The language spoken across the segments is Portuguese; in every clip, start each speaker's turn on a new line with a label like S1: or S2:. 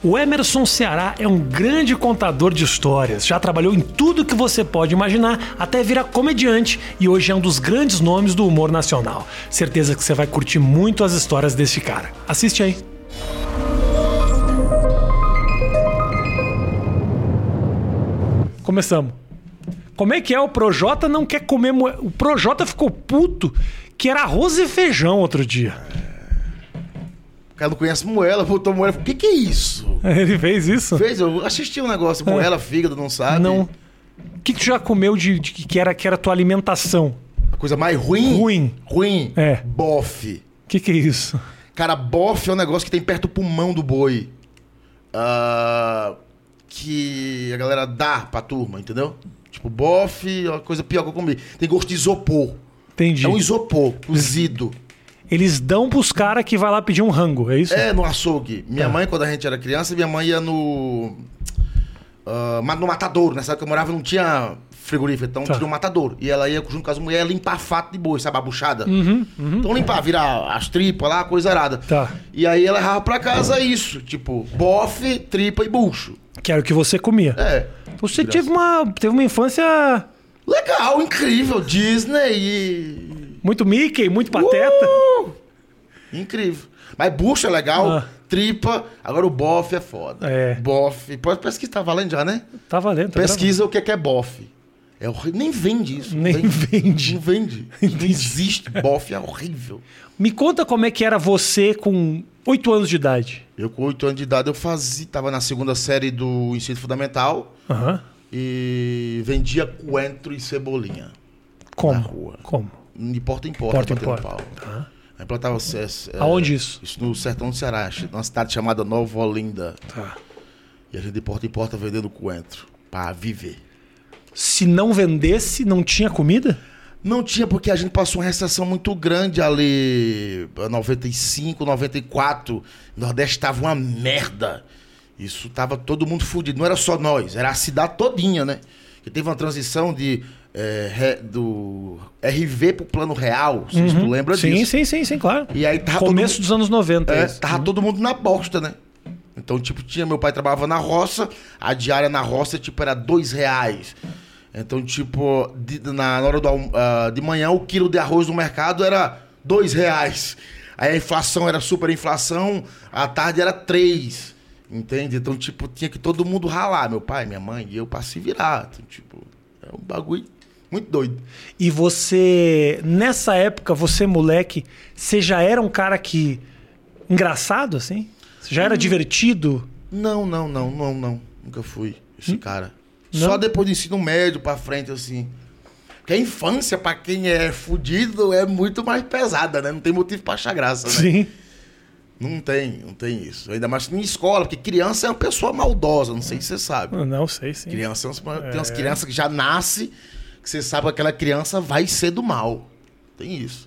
S1: O Emerson Ceará é um grande contador de histórias. Já trabalhou em tudo que você pode imaginar, até virar comediante e hoje é um dos grandes nomes do humor nacional. Certeza que você vai curtir muito as histórias deste cara. Assiste aí. Começamos. Como é que é? O Projota não quer comer. moe- O Projota ficou puto que era arroz e feijão outro dia.
S2: O cara não conhece moela, botou moela. O que que é isso?
S1: Ele fez isso?
S2: Fez, eu assisti um negócio, moela, fígado, não sabe.
S1: É. Não. O que, que tu já comeu de, de- que era que era tua alimentação?
S2: A coisa mais ruim.
S1: Ruim.
S2: Ruim.
S1: É.
S2: Bofe.
S1: O que, que é isso?
S2: Cara, bofe é um negócio que tem perto do pulmão do boi. Ah, que a galera dá pra turma, entendeu? Tipo, bofe é uma coisa pior que eu comi. Tem gosto de isopor.
S1: Entendi.
S2: É um isopor cozido.
S1: Eles dão pros caras que vai lá pedir um rango, é isso?
S2: É, no açougue. Minha
S1: Tá.
S2: mãe, quando a gente era criança, minha mãe ia no. ah, ma- no matadouro. Nessa época eu morava não tinha frigorífico, então
S1: Tá.
S2: tinha um matadouro. E ela ia junto com as mulheres limpar fato de boi, sabe? A buchada. Então limpar, virar as tripas lá, coisa arada.
S1: Uhum, Tá.
S2: E aí ela errava pra casa isso, tipo, bofe, tripa e bucho.
S1: Que era o que você comia. Então,
S2: É.
S1: Você teve uma, teve uma infância
S2: Legal, incrível. Disney e.
S1: muito Mickey, muito pateta.
S2: Uh! Incrível. Mas bucho é legal,
S1: Ah.
S2: tripa, agora o bofe é foda.
S1: É.
S2: Bofe. Pode pesquisar, tá valendo já, né?
S1: Tá valendo. Tá
S2: Pesquisa o que é, que é bofe. É horrível. Nem vende isso.
S1: Nem vende.
S2: Não vende. Não existe. Bofe é horrível.
S1: gravando. Me conta como é que era você com 8 anos de idade.
S2: Eu com 8 anos de idade, eu fazia... Tava na segunda série do ensino fundamental
S1: Aham.
S2: e vendia coentro e cebolinha.
S1: Como?
S2: Na rua.
S1: Como?
S2: De porta em porta,
S1: Porta em
S2: batendo
S1: porta.
S2: pau.
S1: Tá.
S2: Aí plantava... é, é,
S1: Aonde isso?
S2: Isso no sertão do Ceará, numa cidade chamada Nova Olinda.
S1: Tá.
S2: E a gente de porta em porta vendendo coentro pra viver.
S1: Se não vendesse, não tinha comida?
S2: Não tinha, porque a gente passou uma recessão muito grande ali, 95, 94. O Nordeste tava uma merda. Isso tava todo mundo fudido. Não era só nós, era a cidade todinha, né? Que teve uma transição de, eh, re- do RV pro plano real, se tu lembra
S1: Uhum. sim,
S2: disso.
S1: sim, sim, sim, claro.
S2: E aí tava
S1: Começo
S2: todo mundo-
S1: dos anos 90.
S2: É,
S1: isso.
S2: tava todo mundo na bosta, né? Então, tipo, tinha, meu pai trabalhava na roça, a diária na roça, tipo, era dois reais. Então, tipo, de- na, na hora do, alm- ah, de manhã, o quilo de arroz no mercado era dois reais. Aí a inflação era super inflação, à tarde era três, entende? Então, tipo, tinha que todo mundo ralar, meu pai, minha mãe e eu, pra se virar. Então, tipo, é um bagulho muito doido.
S1: E você, nessa época, você moleque, você já era um cara que. engraçado, assim? Você já era divertido?
S2: Não, não, não, não, não. Nunca fui esse cara.
S1: Hum? Não?
S2: Só depois do ensino médio pra frente, assim. Porque a infância, pra quem é fudido, é muito mais pesada, né? Não tem motivo pra achar graça, né?
S1: Sim.
S2: Não tem, não tem isso. Ainda mais em escola, porque criança é uma pessoa maldosa, não sei se você sabe.
S1: Não sei, sim.
S2: Criança, é umas- tem umas crianças que já nasce, que você sabe que aquela criança vai ser do mal. Tem isso.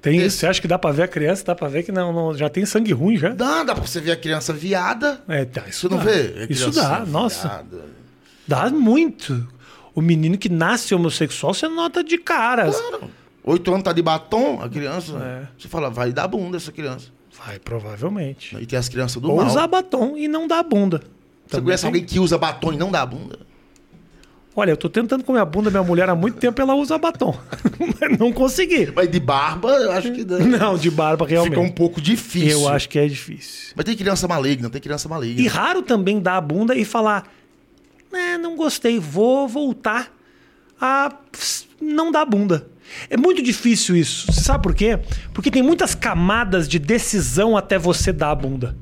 S1: Tem isso.
S2: Esse-
S1: Você acha que dá pra ver a criança? Dá pra ver que não, não- já tem sangue ruim já?
S2: Dá, dá pra você ver a criança viada.
S1: É, tá, isso
S2: Você não
S1: dá.
S2: vê? A
S1: Isso
S2: criança
S1: dá, nossa.
S2: viada.
S1: Dá muito. O menino que nasce homossexual, você nota de cara.
S2: Claro. Oito anos tá de batom, a criança.
S1: É.
S2: Você fala, vai dar bunda essa criança.
S1: Vai, provavelmente.
S2: E tem as crianças do
S1: Ou
S2: mal.
S1: usar batom e não dar a bunda.
S2: Você
S1: Também
S2: conhece
S1: tem-
S2: alguém que usa batom e não dá bunda?
S1: Olha, eu tô tentando comer a bunda da minha mulher há muito tempo ela usa batom. Mas não consegui.
S2: Mas de barba, eu acho que dá.
S1: Não, de barba realmente.
S2: Fica um pouco difícil.
S1: Eu acho que é difícil.
S2: Mas tem criança maligna, tem criança maligna.
S1: E raro também dar a bunda e falar: né, não gostei, vou voltar a não dar a bunda. É muito difícil isso. Você sabe por quê? Porque tem muitas camadas de decisão até você dar a bunda.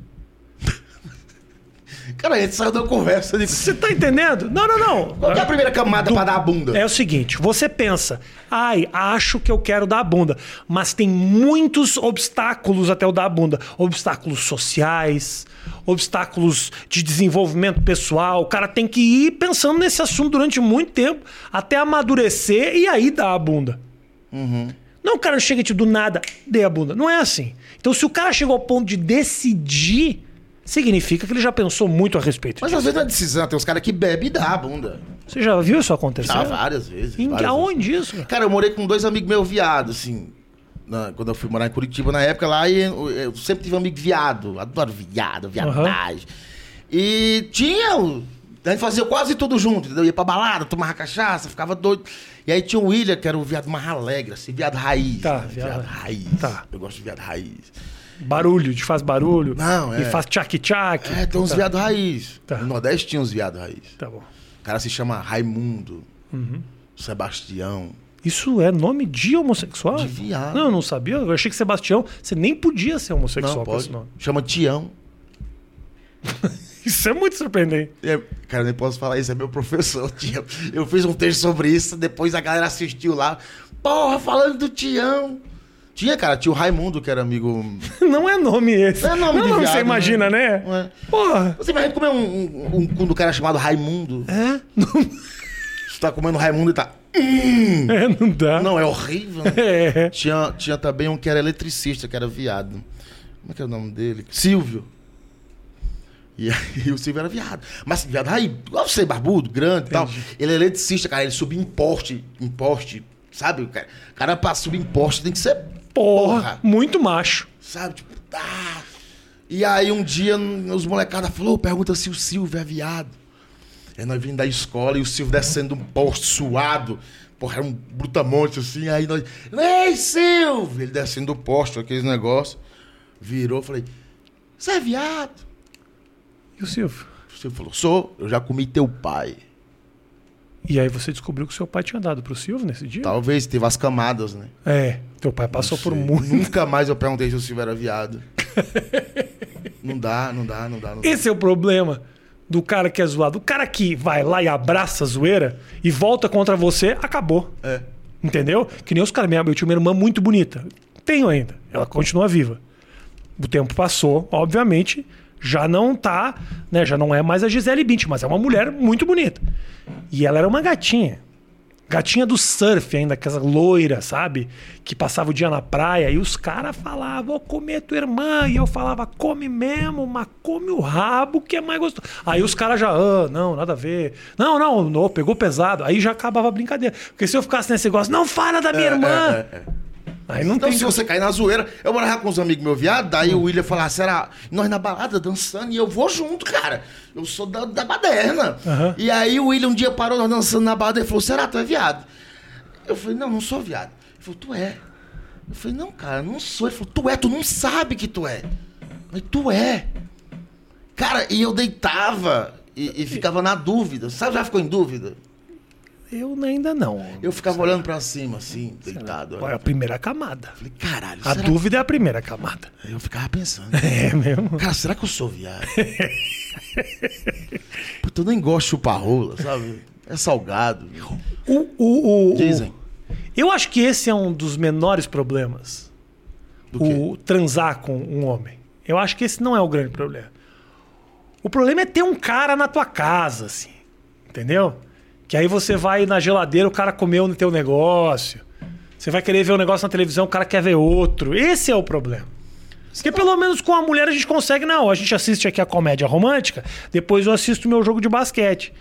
S2: Cara, a gente saiu da conversa. De...
S1: Você tá entendendo? Não, não, não.
S2: Qual que é a primeira camada pra dar a bunda?
S1: É o seguinte, você pensa, ai, acho que eu quero dar a bunda, mas tem muitos obstáculos até eu dar a bunda. Obstáculos sociais, obstáculos de desenvolvimento pessoal. O cara tem que ir pensando nesse assunto durante muito tempo, até amadurecer e aí dar a bunda.
S2: Uhum.
S1: Não, o cara chega e te do nada, dê a bunda. Não é assim. Então, se o cara chegou ao ponto de decidir, significa que ele já pensou muito a respeito.
S2: Mas às vezes não é decisão, tem uns caras que bebem e dá a bunda.
S1: Você já viu isso acontecer?
S2: Dá várias vezes.
S1: Em,
S2: várias vezes.
S1: aonde isso? cara?
S2: Cara, eu morei com dois amigos meus viados, assim. na- quando eu fui morar em Curitiba, na época lá, e eu, eu sempre tive um amigo viado. Adoro viado, viadagem. E tinha. o- A gente fazia quase tudo junto, entendeu? Ia pra balada, tomava cachaça, ficava doido. E aí tinha o William, que era o viado mais alegre, assim, viado raiz.
S1: Tá,
S2: né?
S1: viado-
S2: viado raiz.
S1: tá.
S2: Eu gosto de viado raiz.
S1: Barulho, de faz barulho.
S2: Não,
S1: E
S2: é.
S1: faz tchac-tchac.
S2: É, tem uns
S1: tá,
S2: viado raiz.
S1: Tá.
S2: No Nordeste tinha uns viado raiz.
S1: Tá bom.
S2: O cara se chama Raimundo,
S1: Uhum.
S2: Sebastião.
S1: Isso é nome de homossexual?
S2: De viado.
S1: Não, eu não sabia. Eu achei que Sebastião, você nem podia ser homossexual
S2: Não,
S1: com esse
S2: pode.
S1: nome.
S2: Chama Tião.
S1: Isso é muito surpreendente.
S2: É, cara, nem posso falar isso, é meu professor, Tião. Eu fiz um texto sobre isso, depois a galera assistiu lá. Porra, falando do Tião. Tinha, cara, tinha o Raimundo, que era amigo.
S1: Não é nome esse.
S2: Não é nome de
S1: que você
S2: viado,
S1: imagina, né?
S2: né? Não é.
S1: Porra.
S2: Você imagina comer um, um, um cu do cara chamado Raimundo?
S1: É?
S2: Você tá comendo Raimundo e tá.
S1: É, não dá.
S2: Não, é horrível.
S1: É.
S2: tinha, tinha também um que era eletricista, que era viado. Como é que era o nome dele? Silvio. E aí o Silvio era viado. Mas viado, aí, igual você, barbudo, grande e tal. Ele é eletricista, cara. Ele subia em poste, em poste, sabe? O cara, o cara pra subir em poste tem que ser
S1: Porra. Muito macho.
S2: sabe? Tipo, ah. E aí um dia n- os molecada falou, pergunta se o Silvio é viado. Aí nós vindo da escola e o Silvio descendo um posto suado. Porra, era um brutamonte assim. Aí nós. Ei, Silvio! Ele descendo do posto, aqueles negócios. Virou, falei, você é viado?
S1: E o Silvio?
S2: O Silvio falou, sou, eu já comi teu pai.
S1: E aí você descobriu que seu pai tinha dado pro Silvio nesse dia?
S2: Talvez teve as camadas, né?
S1: É. Teu pai passou por muito.
S2: Nunca mais eu perguntei se o Silvio era viado. não dá, não dá, não dá, não dá.
S1: Esse é o problema do cara que é zoado. O cara que vai lá e abraça a zoeira e volta contra você, acabou.
S2: É.
S1: Entendeu? Que nem os caras. Minha, eu tinha uma irmã muito bonita. Tenho ainda. Ela continua viva. O tempo passou, obviamente. Já não tá, né? Já não é mais a Gisele Bündchen, mas é uma mulher muito bonita. E ela era uma gatinha. Gatinha do surf ainda, aquela loira, sabe? Que passava o dia na praia e os caras falavam, vou comer tua irmã. E eu falava, come mesmo, mas come o rabo que é mais gostoso. Aí os caras já, ah, não, nada a ver. Não, não, não, pegou pesado. Aí já acabava a brincadeira. Porque se eu ficasse nesse negócio, não fala da minha irmã.
S2: É, é, é.
S1: Aí não
S2: Então,
S1: tem.
S2: se você cair na zoeira, eu morava com uns amigos meus viados, daí o William falava, será? Nós na balada dançando e eu vou junto, cara. Eu sou da, da baderna.
S1: Aham.
S2: E aí o William um dia parou nós dançando na balada e falou, será? Tu é viado? Eu falei, não, não sou viado. Ele falou, tu é. Eu falei, não, cara, não sou. Ele falou, tu é, tu não sabe que tu é. Eu falei, tu é. Cara, e eu deitava e, e ficava na dúvida. Sabe, já ficou em dúvida?
S1: Eu ainda não.
S2: Eu ficava olhando pra cima, assim, deitado.
S1: É a
S2: olhando.
S1: primeira camada.
S2: Falei, caralho,
S1: A
S2: será que-
S1: dúvida é a primeira camada.
S2: Eu ficava pensando.
S1: É mesmo?
S2: Cara, será que eu sou viado? Puta, eu nem gosto de chupar rola, sabe? É salgado.
S1: O, o, o-
S2: Dizem.
S1: Eu acho que esse é um dos menores problemas.
S2: Do quê?
S1: o transar com um homem. Eu acho que esse não é o grande problema. O problema é ter um cara na tua casa, assim. Entendeu? Que aí você vai na geladeira, o cara comeu no teu negócio. Você vai querer ver um negócio na televisão, o cara quer ver outro. Esse é o problema. Porque pelo menos com a mulher a gente consegue, não. A gente assiste aqui a comédia romântica, depois eu assisto o meu jogo de basquete.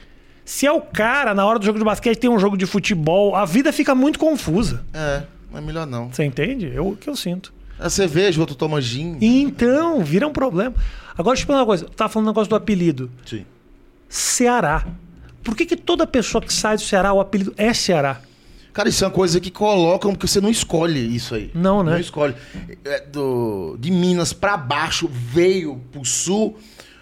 S1: Se é o cara, na hora do jogo de basquete tem um jogo de futebol, a vida fica muito confusa.
S2: É, não é melhor não.
S1: Você entende? É o que eu sinto.
S2: É cerveja, outro toma gin.
S1: Então, vira um problema. Agora, deixa eu te perguntar uma coisa. Tá falando um negócio do apelido.
S2: Sim.
S1: Ceará. Por que, que toda pessoa que sai do Ceará, o apelido é Ceará?
S2: Cara, isso é uma coisa que colocam, porque você não escolhe isso aí.
S1: Não, né?
S2: Não escolhe. É do, de Minas pra baixo, veio pro sul,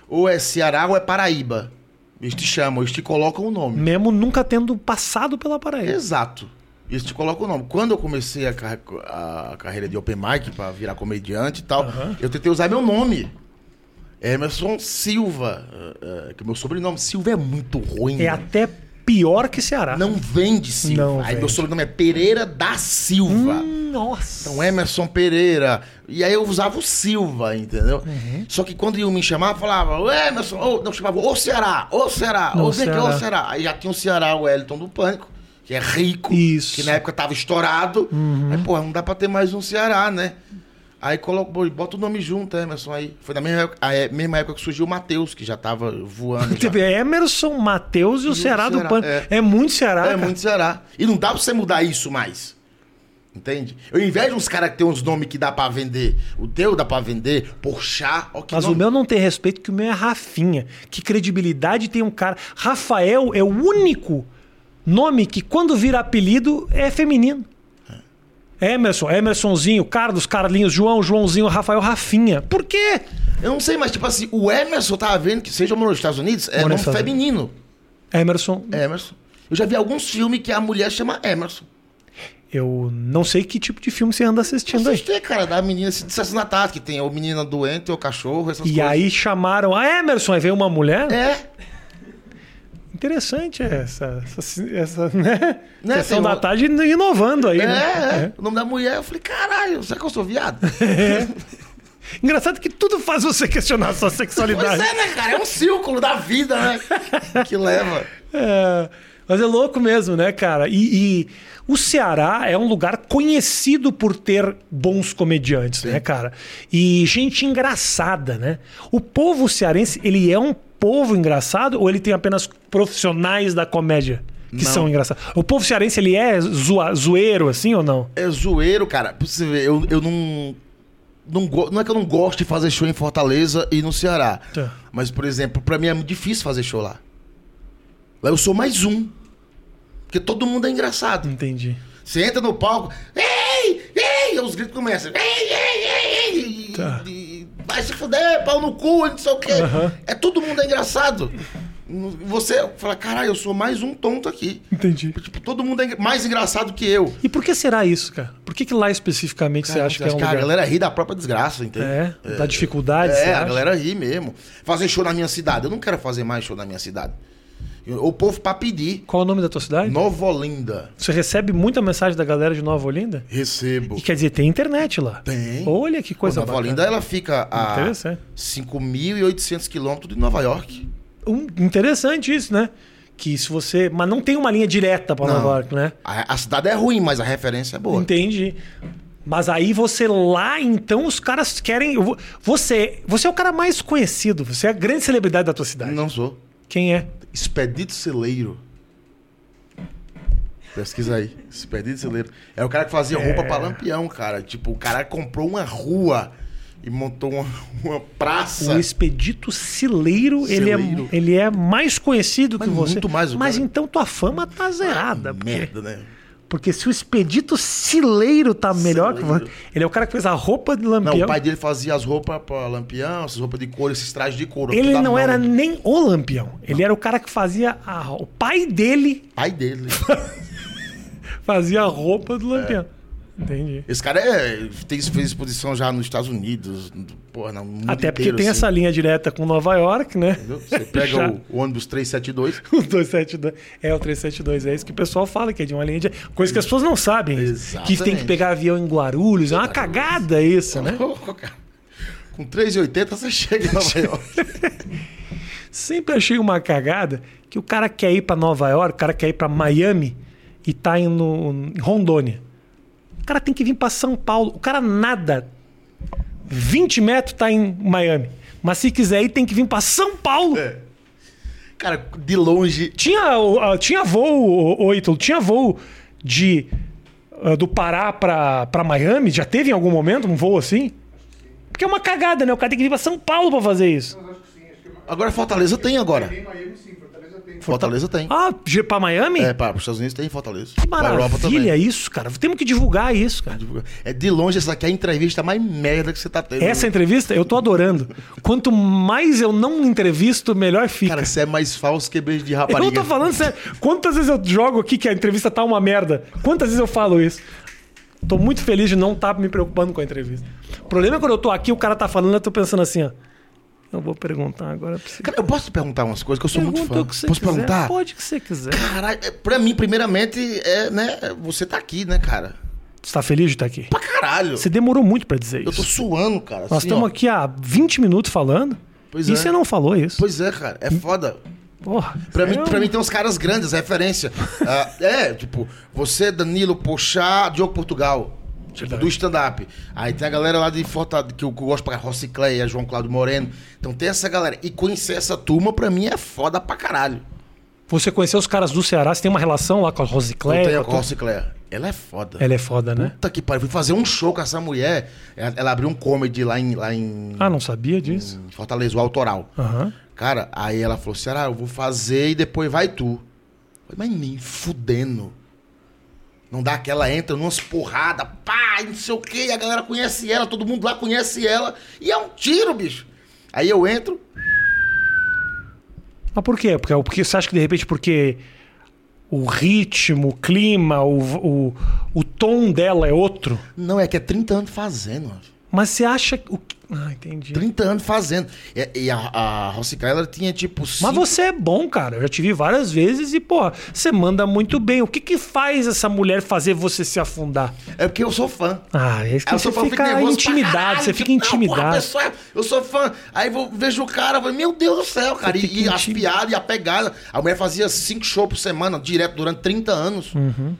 S2: ou é Ceará ou é Paraíba. Eles te chamam, eles te colocam o nome.
S1: Mesmo nunca tendo passado pela Paraíba.
S2: Exato. Isso te coloca o nome. Quando eu comecei a, car- a carreira de open mic pra virar comediante e tal, eu tentei usar meu nome. Emerson Silva, eh, eh, que é meu sobrenome. Silva é muito ruim.
S1: É
S2: né?
S1: até pior que Ceará.
S2: Não vende Silva.
S1: Não
S2: Aí
S1: vende.
S2: meu sobrenome é Pereira da Silva.
S1: Hum, Nossa.
S2: Então, Emerson Pereira. E aí eu usava o Silva, entendeu?
S1: Uhum.
S2: Só que quando iam me chamar, falava, "Ô, Emerson, ou não, chamava, ô Ceará, ô Ceará,
S1: Ô,
S2: ô vem aqui, ô
S1: Ceará."
S2: Ceará. Aí já tinha o Ceará, o Elton do Pânico, que é rico,
S1: Isso. Uhum.
S2: que na época tava estourado. Aí, porra, não dá pra ter mais um Ceará, né? Aí coloca, pô, bota o nome junto, Emerson, aí. Foi na mesma época, a é- mesma época que surgiu o Matheus, que já tava voando. já.
S1: Teve Emerson, Matheus e o Ceará do
S2: Ceará,
S1: Pan. É.
S2: é.
S1: muito Ceará.
S2: É
S1: cara.
S2: muito Ceará. E não dá pra você mudar isso mais. Entende? Eu invejo uns caras que tem uns nomes que dá pra vender. O teu dá pra vender. Porchá, ó que
S1: Mas o
S2: nome.
S1: meu não tem respeito, que o meu é Rafinha. Que credibilidade tem um cara. Rafael é o único nome que, quando vira apelido, é feminino.
S2: É.
S1: Emerson, Emersonzinho, Carlos, Carlinhos, João, Joãozinho, Rafael, Rafinha. Por quê?
S2: Eu não sei, mas tipo assim, o Emerson tava vendo que seja nos Estados Unidos, é
S1: Mora
S2: nome
S1: nos Estados
S2: feminino.
S1: Emerson,
S2: Emerson. Eu já vi alguns filmes que a mulher chama Emerson.
S1: eu não sei que tipo de filme você anda assistindo aí.
S2: Assistir, cara, da menina se assassinato, que tem ou menina doente, ou cachorro, essas
S1: E
S2: coisas.
S1: aí chamaram, ah, Emerson, aí veio uma mulher.
S2: É.
S1: Interessante essa, essa, essa né?
S2: Né,
S1: Sessão
S2: tem
S1: da
S2: uma-
S1: tarde inovando aí,
S2: É,
S1: né?
S2: é. O nome da mulher, eu falei, caralho, será que eu sou viado?
S1: Engraçado que tudo faz você questionar a sua
S2: pois
S1: sexualidade.
S2: é, né, cara? É um círculo da vida, né? Que leva.
S1: É, mas é louco mesmo, né, cara? E, e o Ceará é um lugar conhecido por ter bons comediantes, né, cara? E gente engraçada, né? O povo cearense, ele é um povo engraçado ou ele tem apenas profissionais da comédia que são engraçados? O povo cearense, ele é zoa- zoeiro, assim, ou não?
S2: É zoeiro, cara. Pra você ver, eu, eu não. Não, go- não é que eu não gosto de fazer show em Fortaleza e no Ceará.
S1: Tá.
S2: Mas, por exemplo, pra mim é muito difícil fazer show lá. Lá eu sou mais um. Porque todo mundo é engraçado.
S1: Entendi.
S2: Você entra no palco. Ei! Ei! Os gritos começam. Ei, ei, ei, ei! e-
S1: Tá.
S2: e- vai se fuder, pau no cu, não sei o quê.
S1: Aham.
S2: É todo mundo é engraçado. Você fala, caralho, eu sou mais um tonto aqui.
S1: Entendi.
S2: Tipo, todo mundo é engra- mais engraçado que eu.
S1: E por que será isso, cara? Por que, que lá especificamente você acha que é um
S2: a
S1: lugar...
S2: galera ri da própria desgraça, entende?
S1: É, dá dificuldade, você
S2: É, a
S1: acha?
S2: galera ri mesmo. Fazer show na minha cidade. Eu não quero fazer mais show na minha cidade. O povo pra pedir.
S1: Qual é o nome da tua cidade?
S2: Nova Olinda.
S1: Você recebe muita mensagem da galera de Nova Olinda?
S2: Recebo.
S1: E quer dizer, tem internet lá.
S2: Tem.
S1: Olha que coisa
S2: Nova
S1: bacana.
S2: Olinda, ela fica a
S1: Interessante.
S2: 5.800 quilômetros de Nova York.
S1: Um- interessante isso, né? Que se você. Mas não tem uma linha direta pra
S2: Não.
S1: Nova York, né?
S2: A, a cidade é ruim, mas a referência é boa.
S1: Entendi. Mas aí você lá, então, os caras querem. eu vou- Você, você é o cara mais conhecido, você é a grande celebridade da tua cidade.
S2: Não sou.
S1: Quem é?
S2: Expedito Celeiro. Pesquisa aí. Expedito Celeiro. É o cara que fazia roupa pra lampião, cara. Tipo, o cara comprou uma rua e montou uma, uma praça.
S1: O Expedito Cileiro, Ele,
S2: Cileiro.
S1: é, ele é mais conhecido
S2: Mas
S1: que você.
S2: muito mais o
S1: Mas
S2: cara.
S1: então tua fama tá zerada. porque-
S2: Merda, né?
S1: Porque se o Expedito Cileiro tá melhor que
S2: Cileiro.
S1: você. Ele é o cara que fez a roupa de Lampião.
S2: Não, o pai dele fazia as roupas pra lampião, essas roupas de couro, esses trajes de couro.
S1: Ele
S2: Tudo à
S1: não
S2: mão.
S1: era nem o Lampião. Ele era o cara que fazia a ro- O pai dele
S2: Pai dele.
S1: fazia a roupa do Lampião. Entendi.
S2: Esse cara é, tem, fez exposição já nos Estados Unidos. Porra, no mundo
S1: Até porque
S2: inteiro,
S1: tem
S2: assim,
S1: essa linha direta com Nova York, né?
S2: entendeu? Você pega
S1: Já.
S2: o, o ônibus 372.
S1: O 272. É, o 372. É isso que o pessoal fala, que é de uma linha de. Coisa que as pessoas não sabem. Que tem que
S2: Exatamente.
S1: pegar avião em Guarulhos. É uma cagada isso, né?
S2: Ô, cara, Com 3,80 você chega em Nova York.
S1: Sempre achei uma cagada que o cara quer ir pra Nova York, o cara quer ir pra Miami e tá indo em Rondônia. O cara tem que vir pra São Paulo. O cara nada. 20 metros tá em Miami. Mas se quiser ir, tem que vir pra São Paulo.
S2: É. Cara, de longe.
S1: Tinha, o- a- tinha voo, o- o Ítalo, tinha voo de ah, do Pará pra, pra Miami? Já teve em algum momento um voo assim? Porque é uma cagada, né? O cara tem que vir pra São Paulo pra fazer isso.
S2: É. Agora Fortaleza tem agora.
S3: Tem Miami sim, Fortaleza tem.
S2: Fortaleza tem.
S1: Ah, de- pra Miami?
S2: É, para os Estados Unidos tem Fortaleza.
S1: Que
S2: Pra Europa
S1: maravilha isso, cara. Temos que divulgar isso, cara.
S2: também. É de longe, essa aqui é a entrevista mais merda que você tá tendo.
S1: Essa é entrevista eu tô adorando. Quanto mais eu não entrevisto, melhor fica.
S2: Cara, você é mais falso que beijo de
S1: eu
S2: rapariga.
S1: tô falando sério. Quantas vezes eu jogo aqui que a entrevista tá uma merda? Quantas vezes eu falo isso? Tô muito feliz de não estar me preocupando com a entrevista. O problema é quando eu tô aqui, o cara tá falando, eu tô pensando assim, ó. Eu vou perguntar agora pra você.
S2: Cara, eu posso te perguntar umas coisas que eu sou
S1: Pergunta o
S2: muito
S1: que
S2: fã.
S1: você
S2: Posso
S1: quiser.
S2: perguntar?
S1: Pode o que você quiser.
S2: Caralho, é, pra mim, primeiramente, é, né? Você tá aqui, né, cara?
S1: Você tá feliz de estar aqui?
S2: Pra caralho.
S1: Você demorou muito pra dizer
S2: Eu
S1: isso.
S2: tô suando, cara.
S1: Nós
S2: assim,
S1: estamos
S2: ó.
S1: aqui há 20 minutos falando
S2: Pois
S1: e
S2: é.
S1: você não falou isso.
S2: Pois é, cara. É foda.
S1: Porra.
S2: Pra mim,
S1: eu-
S2: pra mim tem uns caras grandes, referência. Ah, é, tipo, você, Danilo, Pochá, Diogo Portugal. Tipo, do stand-up. Aí tem a galera lá de Fortaleza, que eu que eu gosto pra Rossi Cleia, João Cláudio Moreno. Então tem essa galera. E conhecer essa turma, pra mim, é foda pra caralho.
S1: Você conheceu os caras do Ceará, você tem uma relação lá com a
S2: Eu
S1: Rosicléia?
S2: tenho Então a
S1: com a tua-
S2: Rossi Cleia. Ela é foda.
S1: Ela é foda, né?
S2: Puta que pariu. Fui fazer um show com essa mulher. Ela, ela abriu um comedy lá em, lá em,
S1: Ah, não sabia disso?
S2: em Fortaleza, o Autoral.
S1: Aham.
S2: Cara, aí ela falou, Ceará, eu vou fazer e depois vai tu. Eu falei, mas nem fudendo. Não dá aquela entra numas porradas, pá, e não sei o quê, e a galera conhece ela, todo mundo lá conhece ela, e é um tiro, bicho. Aí eu entro,
S1: Mas por quê? Porque, é porque você acha que de repente porque o ritmo, o clima, o, o, o tom dela é outro?
S2: não, é que é 30 anos fazendo, ó.
S1: Mas você acha que. o que- Ah, entendi.
S2: 30 anos fazendo. E, e a, a Rossi Kreller tinha tipo.
S1: Mas
S2: cinco-
S1: você é bom, cara. Eu já te vi várias vezes e, pô, você manda muito bem. O que que faz essa mulher fazer você se afundar?
S2: É porque eu sou fã.
S1: Ah, é isso que
S2: Aí eu
S1: você
S2: sou fã, eu fico
S1: fica
S2: nervoso pra
S1: intimidado.
S2: caralho,
S1: Você
S2: tipo,
S1: fica
S2: Não, porra, a
S1: intimidado.
S2: pessoa, eu sou fã. Aí eu vejo o cara, eu falo, meu Deus do céu, cara.
S1: fica
S2: E, e as
S1: intimidado.
S2: piadas e a pegada. A mulher fazia cinco shows por semana, direto, durante 30 anos.
S1: Uhum.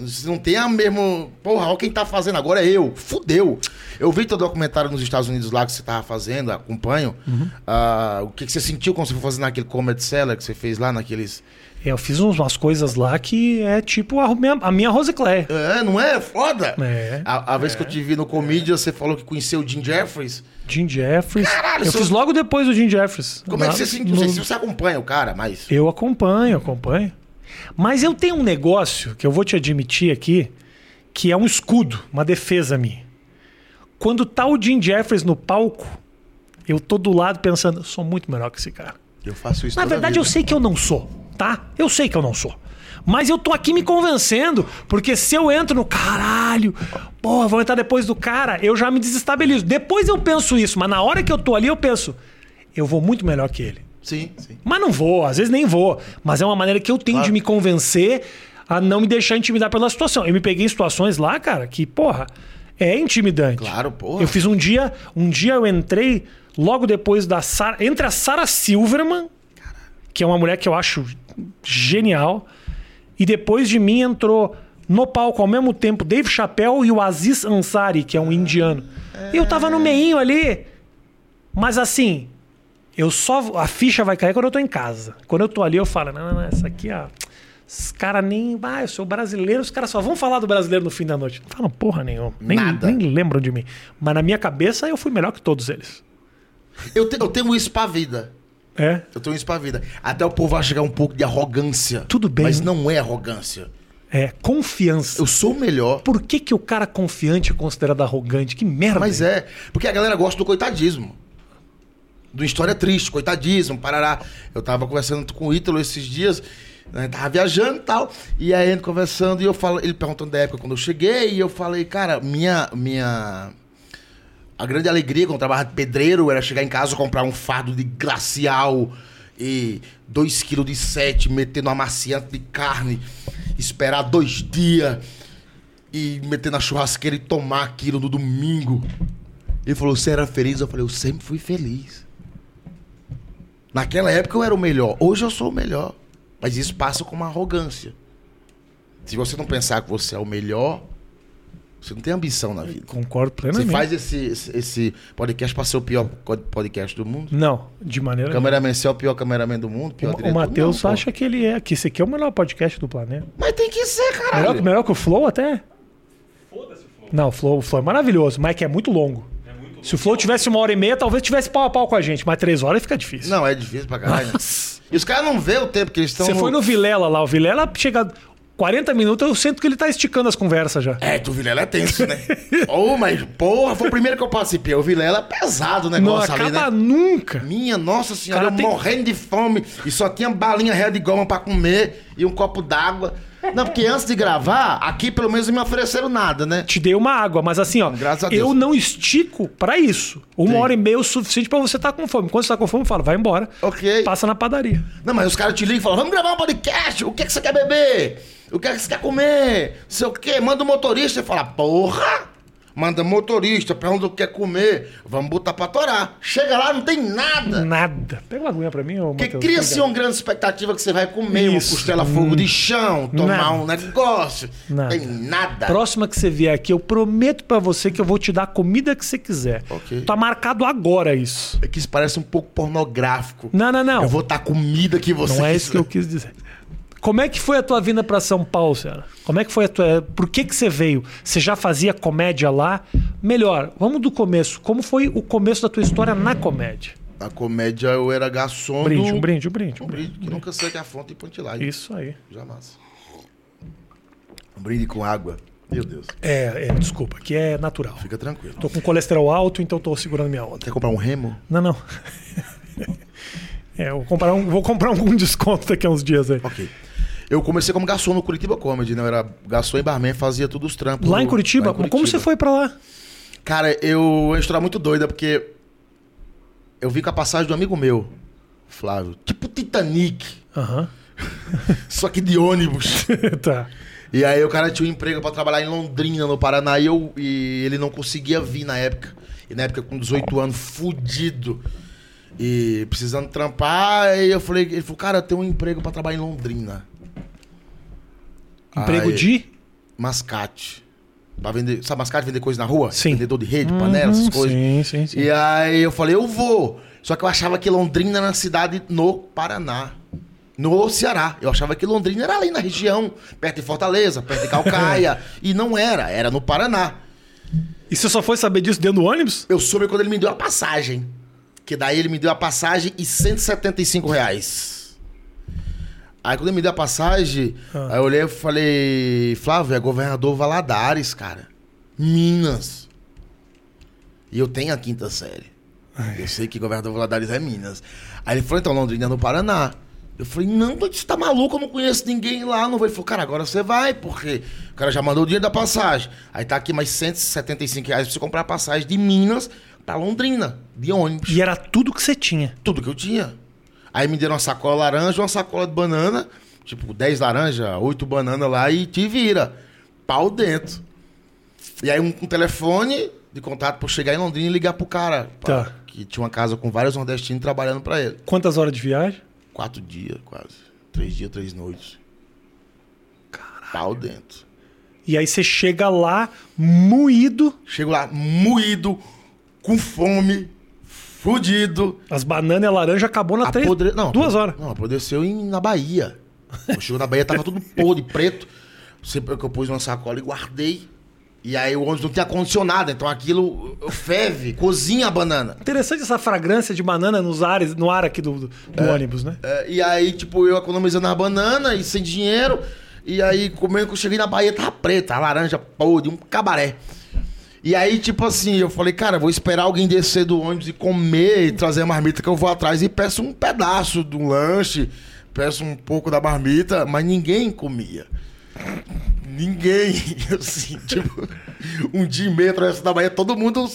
S2: Você Não tem a mesma. Porra, olha quem tá fazendo agora é eu. Fudeu. Eu vi teu documentário nos Estados Unidos lá que você tava fazendo, acompanho.
S1: Uhum.
S2: Ah, o que, que você sentiu quando você foi fazendo aquele Comedy Cellar que você fez lá naqueles.
S1: É, Eu fiz uns- umas coisas lá que é tipo a minha, a minha Rosicléia.
S2: É, não é? Foda!
S1: É.
S2: A, a vez que eu te vi no Comédia, você falou que conheceu o Jim Jeffries.
S1: Jim Jeffries.
S2: Caralho,
S1: eu
S2: seu-
S1: fiz logo depois do Jim Jeffries.
S2: Como é que
S1: Na-
S2: você sentiu?
S1: no-
S2: Não sei se você acompanha o cara, mas.
S1: Eu acompanho, acompanho. Mas eu tenho um negócio que eu vou te admitir aqui, que é um escudo, uma defesa minha. Quando tá o Jim Jeffries no palco, eu tô do lado pensando, sou muito melhor que esse cara.
S2: Eu faço isso
S1: Na verdade, eu sei que eu não sou, tá? Eu sei que eu não sou. Mas eu tô aqui me convencendo, porque se eu entro no caralho, porra, vou entrar depois do cara, eu já me desestabilizo. Depois eu penso isso, mas na hora que eu tô ali, eu penso, eu vou muito melhor que ele.
S2: Sim, sim.
S1: Mas não vou, às vezes nem vou. Mas é uma maneira que eu tenho de me convencer a não me deixar intimidar pela situação. Eu me peguei em situações lá, cara, que, porra, é intimidante.
S2: Claro, porra.
S1: Eu fiz um dia, um dia eu entrei logo depois da Sara, entre a Sarah Silverman, que é uma mulher que eu acho genial, e depois de mim entrou no palco ao mesmo tempo Dave Chappelle e o Aziz Ansari, que é um indiano. E eu tava no meinho ali, mas assim, eu só. A ficha vai cair quando eu tô em casa. Quando eu tô ali, eu falo, não, não, não, essa aqui, ó. Os caras nem. Ah, eu sou brasileiro, os caras só vão falar do brasileiro no fim da noite. Não falam porra nenhuma. Nem,
S2: Nada.
S1: nem lembram de mim. Mas na minha cabeça eu fui melhor que todos eles.
S2: Eu, te- eu tenho isso pra vida.
S1: É?
S2: Eu tenho isso pra vida. Até o povo vai chegar um pouco de arrogância.
S1: Tudo bem.
S2: Mas não é arrogância.
S1: É, confiança.
S2: Eu sou o melhor.
S1: Por que, que o cara confiante é considerado arrogante? Que merda.
S2: Mas
S1: hein?
S2: é. Porque a galera gosta do coitadismo. Do história triste, coitadismo, parará. Eu tava conversando com o Ítalo esses dias, né, tava viajando e tal. E aí ele conversando, e eu falo, ele perguntando da época quando eu cheguei, e eu falei, cara, minha. minha A grande alegria quando eu trabalhava de pedreiro era chegar em casa comprar um fardo de glacial e 2 kg de sete, meter no amaciante de carne, esperar dois dias e meter na churrasqueira e tomar aquilo no domingo. Ele falou, você era feliz? Eu falei, eu sempre fui feliz. Naquela época eu era o melhor, hoje eu sou o melhor. Mas isso passa com uma arrogância. Se você não pensar que você é o melhor, você não tem ambição na vida.
S1: Concordo
S2: Você
S1: plenamente.
S2: faz esse, esse, esse podcast pra ser o pior co- podcast do mundo?
S1: Não, de maneira.
S2: Cameraman, você é o pior cameraman do mundo? Pior
S1: O
S2: diretor?
S1: Matheus
S2: Não, pô.
S1: acha que ele é. Que esse aqui é o melhor podcast do planeta.
S2: Mas tem que ser, caralho.
S1: Melhor, melhor que o Flow até? Não, o Flow, o Flow é maravilhoso, mas é que é muito longo. Se o Flow tivesse uma hora e meia, talvez tivesse pau a pau com a gente, mas três horas fica difícil.
S2: Não, é difícil pra caralho. e os caras não vê Então o tempo que eles estão.
S1: Você foi no Vilela lá, o Vilela chega 40 minutos, eu sinto que ele tá esticando as conversas já.
S2: É, tu Vilela é tenso, né? oh, mas porra, foi o primeiro que eu participei. O Vilela é pesado o
S1: Não
S2: negócio ali,
S1: acaba
S2: né?
S1: nunca.
S2: Minha nossa senhora,
S1: Cara,
S2: eu
S1: tem-
S2: morrendo de fome e só tinha balinha real de goma pra comer e um copo d'água. Não, porque antes de gravar, aqui pelo menos não me ofereceram nada, né?
S1: Te dei uma água, mas assim, ó,
S2: Graças a
S1: eu
S2: Deus.
S1: não estico pra isso. Uma hora e meia é o suficiente pra você estar com fome. Quando você tá com fome, fala, vai embora.
S2: Ok.
S1: Passa na padaria.
S2: Não, mas os caras te ligam e falam: vamos gravar um podcast, o que, é que você quer beber? O que, é que você quer comer? Não sei o quê. Manda o motorista e fala: porra! Manda motorista, pergunta o que quer comer. Vamos botar pra torar. Chega lá, não tem nada.
S1: Nada. Pega uma aguinha pra mim, ô
S2: Porque
S1: Matheus.
S2: cria-se uma grande expectativa que você vai comer
S1: Isso. Hum.
S2: uma costela fogo de chão, tomar
S1: Nada.
S2: um negócio.
S1: Nada.
S2: Tem nada.
S1: Próxima que você vier aqui, eu prometo pra você que eu vou te dar a comida que você quiser.
S2: Ok.
S1: Tá marcado agora isso.
S2: É que isso parece um pouco pornográfico.
S1: Não, não, não.
S2: Eu vou dar comida que você
S1: Não é
S2: quiser.
S1: isso que eu quis dizer. Como é que foi a tua vinda para São Paulo, Sera? Como é que foi a tua. Por que, que você veio? Você já fazia comédia lá? Melhor, vamos do começo. Como foi o começo da tua história na comédia?
S2: Na comédia eu era garçom.
S1: Brinde,
S2: do-
S1: um brinde, um brinde. Um
S2: Um
S1: brinde.
S2: brinde que nunca seca a fonte e pontilagem.
S1: Isso aí.
S2: Jamais. Um brinde com água. Meu Deus.
S1: É, é, desculpa, que é natural.
S2: Fica tranquilo.
S1: Tô com colesterol alto, então tô segurando minha onda.
S2: Quer comprar um remo?
S1: Não, não. É, eu vou comprar um, vou comprar um desconto daqui a uns dias aí.
S2: Ok. Eu comecei como garçom no Curitiba Comedy, né? Eu era garçom e barman, fazia todos os trampos.
S1: Lá
S2: no-
S1: em Curitiba, como você foi pra lá?
S2: Cara, eu uma história muito doida, porque eu vim com a passagem de um amigo meu, Flávio. Tipo Titanic,
S1: Aham.
S2: só que de ônibus.
S1: tá.
S2: E aí o cara tinha um emprego pra trabalhar em Londrina, no Paraná, e, eu, e ele não conseguia vir na época. E na época, com 18 anos, fudido. E precisando trampar, aí eu falei, ele falou, cara, eu tenho um emprego pra trabalhar em Londrina.
S1: Emprego
S2: Aí-
S1: de?
S2: mascate. Pra vender, sabe mascate, vender coisa na rua?
S1: Sim.
S2: Vendedor de rede, panela, essas
S1: Hum,
S2: coisas.
S1: Sim, sim, sim.
S2: E aí eu falei, eu vou. Só que eu achava que Londrina era uma cidade no Paraná. No Ceará. Eu achava que Londrina era ali na região, perto de Fortaleza, perto de Calcaia. e não era, era no Paraná.
S1: E você só foi saber disso dentro do ônibus?
S2: Eu soube quando ele me deu a passagem. Que daí ele me deu a passagem e 175 reais. Aí quando ele me deu a passagem, aí eu olhei e falei, Flávio, é governador Valadares, cara. Minas. E eu tenho a quinta série. Eu sei que governador Valadares é Minas. Aí ele falou, então, Londrina é no Paraná. Eu falei, não, doido, você tá maluco, eu não conheço ninguém lá. Não vou. Ele falou, cara, agora você vai, porque o cara já mandou o dinheiro da passagem. Aí tá aqui mais 175 reais pra você comprar a passagem de Minas pra Londrina, de ônibus.
S1: E era tudo que você tinha.
S2: Tudo que eu tinha. Aí me deram uma sacola laranja, uma sacola de banana, tipo 10 laranjas, 8 bananas lá e te vira. Pau dentro. E aí um, um telefone de contato pra eu chegar em Londrina e ligar pro cara.
S1: Tá.
S2: pra- Que tinha uma casa com vários nordestinos trabalhando pra ele.
S1: Quantas horas de viagem?
S2: Quatro dias, quase. Três dias, três noites. Pau dentro.
S1: E aí você chega lá moído,
S2: Chego lá moído, com fome, fudido.
S1: as bananas e a laranja acabou na três,
S2: Apodre- não,
S1: duas
S2: apodre-
S1: horas.
S2: Não, apodreceu em, na Bahia. Quando chegou na Bahia, tava tudo podre, preto. Sempre que eu pus uma sacola e guardei. E aí o ônibus não tinha condicionado, então aquilo ferve, cozinha a banana.
S1: Interessante essa fragrância de banana nos ares, no ar aqui do, do- do ônibus, né?
S2: É, e aí, tipo, eu economizando a banana e sem dinheiro. E aí, comendo que eu cheguei na Bahia, tava preta, a laranja, podre, um cabaré. E aí, tipo assim, eu falei, cara, vou esperar alguém descer do ônibus e comer e trazer a marmita que eu vou atrás e peço um pedaço de um lanche, peço um pouco da marmita, mas ninguém comia. Ninguém, assim, tipo, um dia e meio atravessando da Bahia, todo mundo.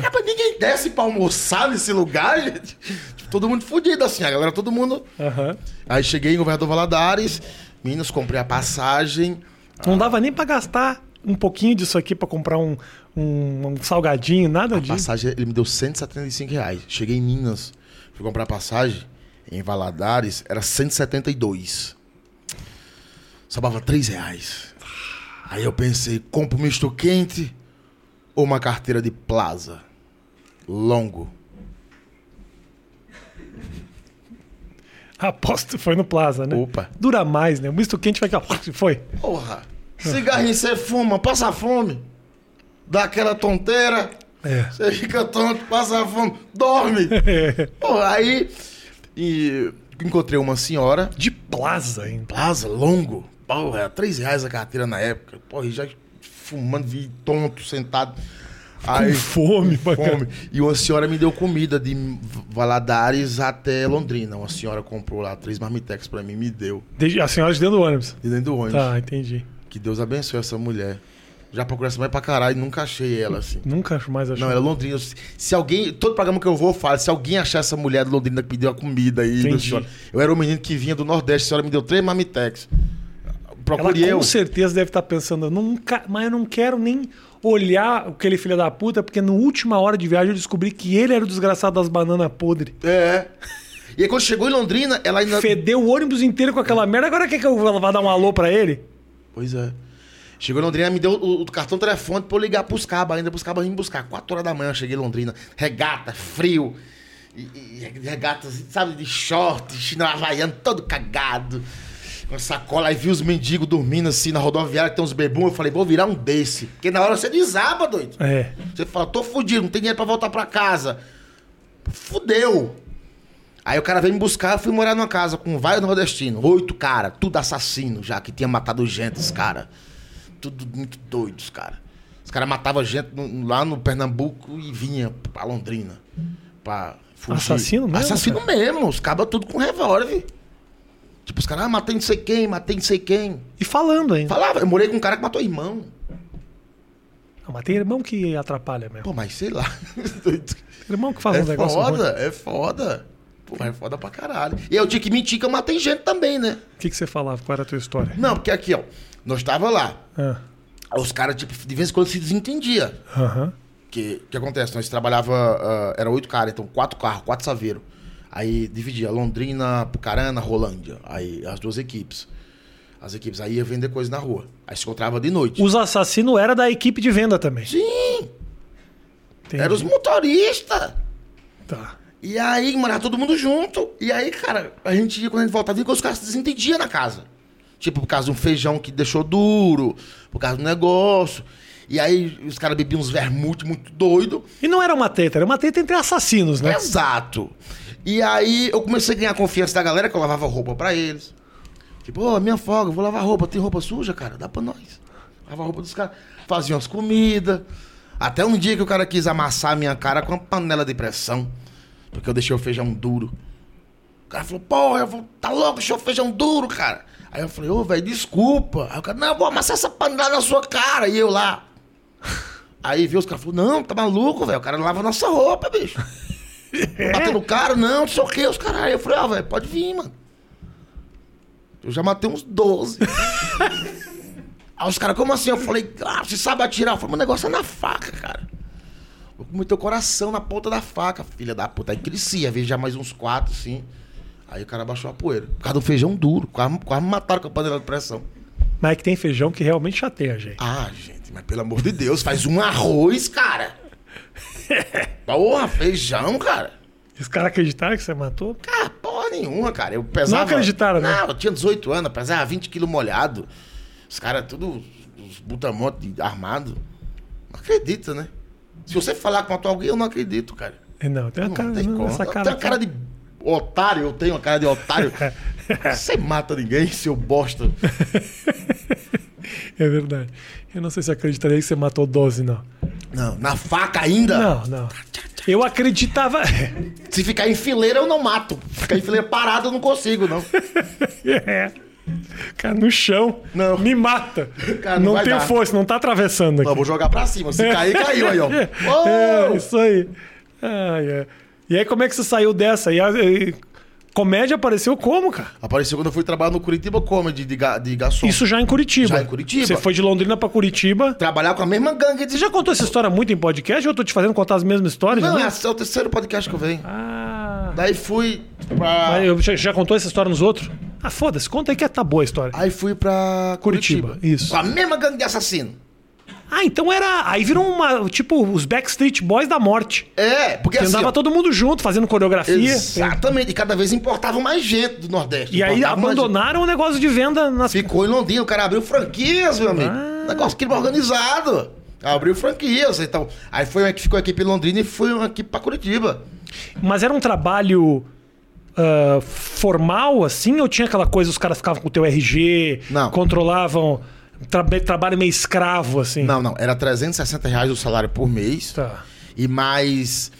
S2: Rapaz, ninguém desce pra almoçar nesse lugar, gente. Tipo, todo mundo fudido, assim, a galera, todo mundo.
S1: Aham.
S2: Aí cheguei em Governador Valadares, Minas, comprei a passagem.
S1: Não dava nem pra gastar um pouquinho disso aqui pra comprar um, um, um salgadinho, nada disso.
S2: Passagem, ele me deu 175 reais. Cheguei em Minas, fui comprar a passagem, em Valadares, era 172. Sobava 3 reais. Aí eu pensei, compro um misto quente ou uma carteira de plaza? Longo.
S1: Aposto que foi no Plaza, né?
S2: Opa.
S1: Dura mais, né? O misto quente vai que ó, foi.
S2: Porra, cigarrinho você fuma, passa fome. Dá aquela tonteira,
S1: É.
S2: você fica tonto, passa fome, dorme. Porra, aí e encontrei uma senhora,
S1: De Plaza ainda.
S2: Plaza, longo, porra, era 3 reais a carteira na época. Porra, e já fumando, vi tonto, sentado. Aí,
S1: Fome, bacana.
S2: fome. E uma senhora me deu comida de Valadares até Londrina. Uma senhora comprou lá três marmitex pra mim, me deu.
S1: Desde- A senhora de dentro do ônibus.
S2: De dentro do ônibus.
S1: Tá, entendi.
S2: Que Deus abençoe essa mulher. Já procurei essa mulher pra caralho e nunca achei ela, assim.
S1: Nunca mais achei.
S2: Não, era Londrina. Se- Se alguém. Todo programa que eu vou, eu falo. Se alguém achar essa mulher de Londrina que pediu a comida aí,
S1: Entendi.
S2: meu senhor. Eu era um menino que vinha do Nordeste, a senhora me deu três mamitex.
S1: Ela
S2: Procurei eu.
S1: com certeza deve estar pensando, nunca, mas eu não quero nem olhar aquele filho da puta, porque na última hora de viagem eu descobri que ele era o desgraçado das bananas podres.
S2: É. E aí quando chegou em Londrina, ela ainda.
S1: Fedeu o ônibus inteiro com aquela merda, agora quer que eu vá dar um alô pra ele?
S2: Pois é. Chegou em Londrina, me deu o, o cartão telefone pra eu ligar pros cabos ainda, pros cabos irem me buscar. Quatro horas da manhã eu cheguei em Londrina. Regata, frio. E, e- e regata, sabe, de short, chinelo havaiano, todo cagado. uma sacola, aí vi os mendigos dormindo assim na rodoviária, que tem uns bebum, eu falei, vou virar um desse. Porque na hora você desaba, doido.
S1: É.
S2: Você fala, tô fudido, não tem dinheiro pra voltar pra casa. Fudeu. Aí o cara veio me buscar, eu fui morar numa casa com vários nordestinos. Oito cara, tudo assassino já, que tinha matado gente, os cara. Tudo muito doidos, cara. Os caras matavam gente no- lá no Pernambuco e vinha pra Londrina. Pra fugir.
S1: Assassino mesmo,
S2: Assassino mesmo. Os cabas tudo com revólver. Tipo, os caras, ah, matei não sei quem, matei não sei quem.
S1: E falando ainda.
S2: Falava, eu morei com um cara que matou irmão.
S1: Ah, mas tem irmão que atrapalha mesmo.
S2: Pô, mas sei lá.
S1: Irmão que faz
S2: é
S1: um negócio. ruim.
S2: foda, é foda. Pô, é foda pra caralho. E eu tinha que mentir que eu matei gente também, né?
S1: O que, que você falava? Qual era a tua história?
S2: Não, porque aqui, ó, nós tava lá.
S1: Ah,
S2: Aí Os caras, tipo, de vez em quando se desentendia.
S1: aham.
S2: Que que acontece? Nós trabalhava, ah, era oito caras, então quatro carros, quatro saveiros. Aí dividia Londrina, Pucarana, Rolândia. Aí as duas equipes. As equipes aí ia vender coisa na rua. Aí se encontrava de noite.
S1: Os assassinos eram da equipe de venda também.
S2: Sim,
S1: Entendi.
S2: eram os motoristas.
S1: Tá.
S2: E aí, morava todo mundo junto. E aí, cara, a gente ia, quando a gente voltava, ia com os caras se desentendiam na casa. Tipo, por causa de um feijão que deixou duro, por causa do negócio. E aí, os caras bebiam uns vermute muito doido.
S1: E não era uma treta, era uma treta entre assassinos, né?
S2: Exato. E aí, eu comecei a ganhar a confiança da galera, que eu lavava roupa pra eles. Tipo, ô, minha folga, eu vou lavar roupa. Tem roupa suja, cara? Dá pra nós. Lavar roupa dos caras. Fazia umas comidas. Até um dia que o cara quis amassar a minha cara com uma panela de pressão. Porque eu deixei o feijão duro. O cara falou, porra, eu vou, tá louco, deixou o feijão duro, cara. Aí eu falei, ô, velho, desculpa. Aí o cara, não, eu vou amassar essa panela na sua cara. E eu lá. Aí viu, os caras falaram, não, tá maluco, velho, o cara lava a nossa roupa, bicho. Bateu no cara, Tá não, não sei o que, os caras. Aí eu falei, ó, velho, pode vir, mano. Eu já matei uns 12. Aí os caras, como assim? Eu falei, ah, você sabe atirar? Eu falei, meu negócio é na faca, cara. Vou comer teu coração na ponta da faca, filha da puta. Aí crescia, veio já mais uns quatro, assim. Aí o cara baixou a poeira. Por causa do feijão duro. Quase, quase me mataram com a panela de pressão.
S1: Mas é que tem feijão que realmente chateia, a gente.
S2: Ah, gente, mas pelo amor de Deus, faz um arroz, cara. Porra, feijão, cara.
S1: Os caras acreditaram que você matou?
S2: Ah, porra nenhuma, cara. Eu pesava.
S1: Não acreditaram, né?
S2: Não, eu tinha 18 anos, eu pesava 20 quilos molhado. Os caras tudo. Os butamontes armado. Não acredita, né? Se você falar com alguém, eu não acredito, cara.
S1: Não, tem uma
S2: Não
S1: cara,
S2: tem
S1: não,
S2: como.
S1: essa
S2: Eu
S1: cara.
S2: tenho uma cara de otário, eu tenho uma cara de otário. Você mata ninguém, seu bosta.
S1: É verdade. Eu não sei se acreditaria que você matou 12, não.
S2: Não, na faca ainda.
S1: Não, não. Eu acreditava.
S2: Se ficar em fileira, eu não mato. Ficar em fileira parado, eu não consigo, não.
S1: É. Cara, no chão.
S2: Não.
S1: Me mata.
S2: Cara, não
S1: não
S2: vai
S1: tem
S2: dar.
S1: força, não tá atravessando aqui.
S2: Não, vou jogar pra cima. Se cair, caiu aí, ó.
S1: É,
S2: Oh!
S1: isso aí. Ai, ai. E aí, como é que você saiu dessa? E a, e- comédia apareceu como, cara?
S2: Apareceu quando eu fui trabalhar no Curitiba Comedy de, ga- de garçom.
S1: Isso já em Curitiba.
S2: Já em Curitiba.
S1: Você foi de Londrina pra Curitiba.
S2: Trabalhar com a mesma gangue
S1: Você
S2: de...
S1: já contou essa história muito em podcast ou eu tô te fazendo contar as mesmas histórias?
S2: Não,
S1: né?
S2: esse é o terceiro podcast que eu venho.
S1: Ah.
S2: Daí fui pra...
S1: Aí eu- já, já contou essa história nos outros? Ah, foda-se, conta aí que tá boa a história.
S2: Aí fui pra Ah, Curitiba.
S1: Curitiba, isso.
S2: Com a mesma gangue de assassino.
S1: Ah, então era. Aí virou uma. Tipo, os Backstreet Boys da morte.
S2: É, porque
S1: Que
S2: assim...
S1: andava
S2: ó,
S1: todo mundo junto, fazendo coreografia.
S2: Exatamente. E cada vez importava mais gente do Nordeste.
S1: E aí
S2: Importava mais gente.
S1: abandonaram o negócio de venda nas.
S2: Ficou em Londrina. O cara abriu franquias, meu amigo.
S1: Ah.
S2: Negócio crime organizado. Abriu franquias. Então, aí foi uma que ficou aqui em Londrina e foi uma equipe pra Curitiba.
S1: Mas era um trabalho ah, formal, assim? Ou tinha aquela coisa, os caras ficavam com o teu RG,
S2: Não.
S1: controlavam. tra- trabalho meio escravo, assim?
S2: Não, não. Era 360 reais o salário por mês.
S1: Tá.
S2: e mais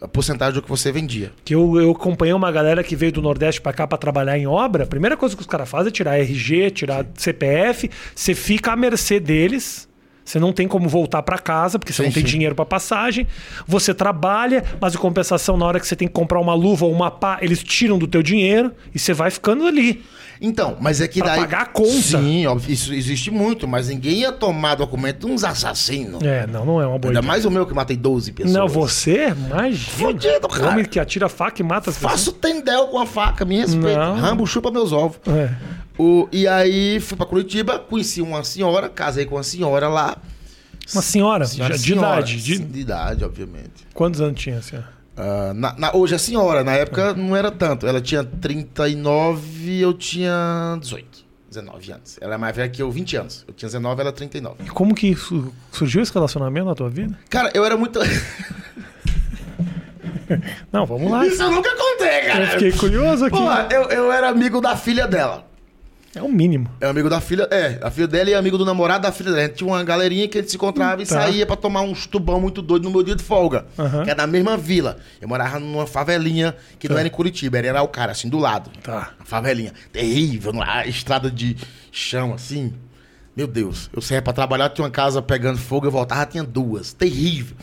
S2: a porcentagem do que você vendia.
S1: Que eu, eu acompanhei uma galera que veio do Nordeste pra cá pra trabalhar em obra. A primeira coisa que os caras fazem é tirar RG, tirar CPF. Você fica à mercê deles. Você não tem como voltar pra casa, porque você
S2: Sim,
S1: não tem
S2: sim.
S1: dinheiro pra passagem. Você trabalha, mas em compensação, na hora que você tem que comprar uma luva ou uma pá, eles tiram do teu dinheiro e você vai ficando ali.
S2: Então, mas é que
S1: Pra
S2: daí.
S1: pagar a conta.
S2: Sim, óbvio, isso existe muito, mas ninguém ia tomar documento de uns assassinos.
S1: É, não, não é uma boa
S2: Ainda
S1: ideia.
S2: mais o meu que matei 12 pessoas.
S1: Não, você? Imagina.
S2: Fudido, cara.
S1: Homem que atira faca e mata as
S2: Faço tendel com a faca, me respeita.
S1: Não.
S2: Rambo chupa meus ovos.
S1: pessoas.
S2: O, e aí fui pra Curitiba, conheci uma senhora, casei com uma senhora lá.
S1: É. Uma senhora, já- de
S2: Senhora,
S1: idade. de-
S2: sim, de idade, obviamente.
S1: Quantos anos tinha a senhora?
S2: Ah, na- na- hoje é senhora, na época não era tanto. Ela tinha 39, eu tinha 18. 19 anos. Ela é mais velha que eu, 20 anos. Eu tinha 19, ela 39.
S1: E como que su- surgiu esse relacionamento na tua vida?
S2: Cara, eu era muito.
S1: Não, vamos lá.
S2: Isso eu nunca contei, cara.
S1: Eu fiquei curioso aqui.
S2: Pô, eu, eu era amigo da filha dela.
S1: É o mínimo.
S2: É amigo da filha, é, a filha dela e amigo do namorado da filha dela. A gente tinha uma galerinha que ele se encontrava e
S1: Tá.
S2: saía pra tomar uns tubão muito doido no meu dia de folga.
S1: Aham.
S2: Que era da mesma vila. Eu morava numa favelinha que não era em Curitiba, era em Araucária, assim, do lado.
S1: Tá.
S2: Uma favelinha terrível, é? a estrada de chão, assim. Meu Deus, eu saía pra trabalhar, tinha uma casa pegando fogo, eu voltava, tinha duas. Terrível.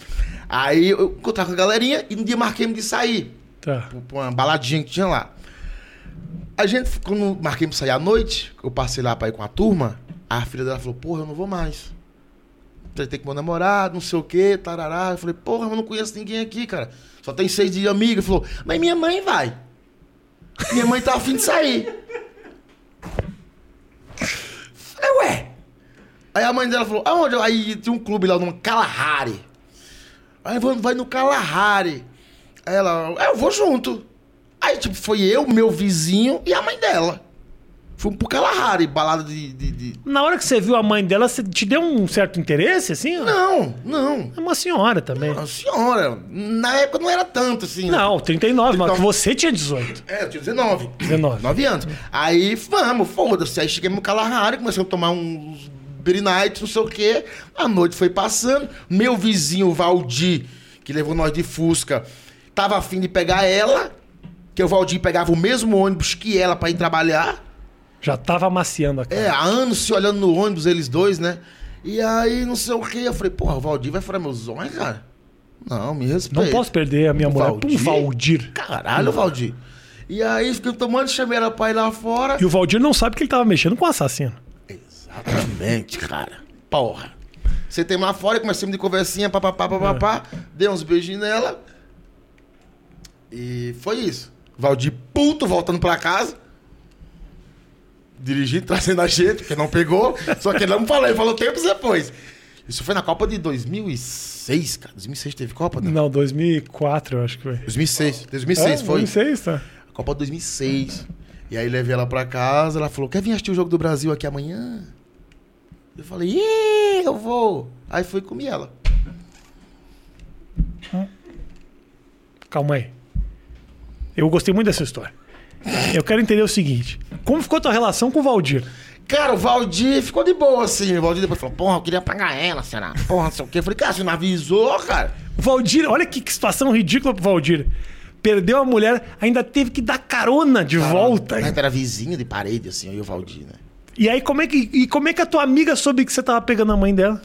S2: Aí eu encontrava com a galerinha e um dia marquei-me de sair
S1: Tá.
S2: pra uma baladinha que tinha lá. A gente, quando marquei pra sair à noite, eu passei lá pra ir com a turma, a filha dela falou, porra, eu não vou mais. Tretei com meu namorado, não sei o que, tarará. Eu falei, porra, eu não conheço ninguém aqui, cara. Só tem seis de amiga. Ele falou, mas minha mãe vai. Minha mãe tá afim de sair. Aí, ué. Aí a mãe dela falou, aonde? eu-" Aí tinha um clube lá, no Kalahari. Aí vamos, vai no Kalahari. Aí ela, "É, eu vou junto. Aí, tipo, foi eu, meu vizinho e a mãe dela. Fomos pro Kalahari, balada de. de- de-
S1: Na hora que você viu a mãe dela, você te deu um certo interesse, assim?
S2: Não, não.
S1: É uma senhora também.
S2: A senhora, na época não era tanto assim.
S1: Não, 39, mas
S2: Então-
S1: você tinha 18.
S2: É, eu tinha 19.
S1: 19.
S2: 9 anos. Aí, vamos, foda-se. Aí cheguei no Kalahari, comecei a tomar uns Beer Nights, não sei o quê. A noite foi passando. Meu vizinho, Valdir, que levou nós de Fusca, tava afim de pegar ela. Que o Valdir pegava o mesmo ônibus que ela pra ir trabalhar.
S1: Já tava amaciando a cara.
S2: É, há anos se olhando no ônibus, eles dois, né? E aí, não sei o quê. Eu falei, porra, o Valdir vai furar meus olhos, cara? Não, me respeita.
S1: Não posso perder a minha mulher pra um Valdir.
S2: Caralho, Valdir. E aí, fiquei tomando, chamei ela pra ir lá fora.
S1: E o Valdir não sabe que ele tava mexendo com o assassino.
S2: Exatamente, cara. Porra. Sentei lá fora, comecei de conversinha, papapá, papapá. Dei uns beijinhos nela. E foi isso. Valdir puto voltando pra casa. Dirigindo, trazendo a gente, porque não pegou. Só que ele não falou, ele falou tempos depois. Isso foi na Copa de 2006, cara. 2006 teve Copa, né?
S1: Não, 2004, eu acho que foi.
S2: 2006. 2006
S1: É,
S2: foi.
S1: 2006, tá?
S2: Copa 2006. E aí levei ela pra casa, ela falou, quer vir assistir o Jogo do Brasil aqui amanhã? Eu falei, "Ih, eu vou. Aí fui comi ela.
S1: Calma aí. Eu gostei muito dessa história. Eu quero entender o seguinte: como ficou a tua relação com o Valdir?
S2: Cara, o Valdir ficou de boa, assim. O Valdir depois falou, porra, eu queria pagar ela, será? Porra, não sei o quê. Eu falei, cara, você não avisou, cara?
S1: O Valdir, olha que, que situação ridícula pro Valdir. Perdeu a mulher, ainda teve que dar carona de volta.
S2: A gente era vizinho de parede, assim, eu e o Valdir, né?
S1: E aí, como é, que, e como é que a tua amiga soube que você tava pegando a mãe dela?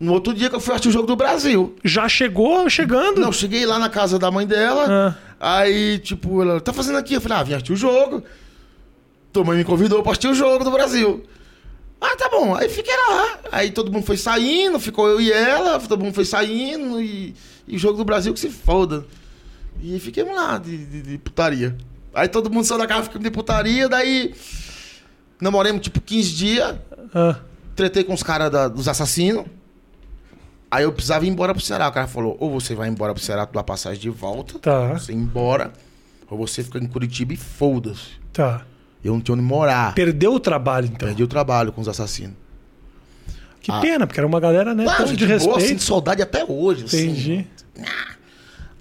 S2: No outro dia que eu fui assistir o Jogo do Brasil.
S1: Já chegou, chegando.
S2: Não, eu cheguei lá na casa da mãe dela. Aí, tipo, ela, tá fazendo aqui? Eu falei, ah, vim assistir o jogo. Tua mãe me convidou pra assistir o jogo do Brasil. Ah, tá bom. Aí fiquei lá. Aí todo mundo foi saindo, ficou eu e ela, todo mundo foi saindo e, e o jogo do Brasil que se foda. E fiquemos lá de, de- de putaria. Aí todo mundo saiu da casa, ficamos de putaria, daí namoremos tipo 15 dias
S1: Ah,
S2: tretei com os caras da- dos assassinos. Aí eu precisava ir embora pro Ceará. O cara falou: ou você vai embora pro Ceará, tu dá passagem de volta,
S1: tá,
S2: você ir embora, ou você fica em Curitiba e foda-se.
S1: tá.
S2: Eu não tinha onde morar.
S1: Perdeu o trabalho, então.
S2: Perdi o trabalho com os assassinos.
S1: Que pena, porque era uma galera, né?
S2: Ah,
S1: tanto de
S2: gente Ah. boa, sinto
S1: respeito.
S2: saudade até hoje. assim.
S1: Entendi.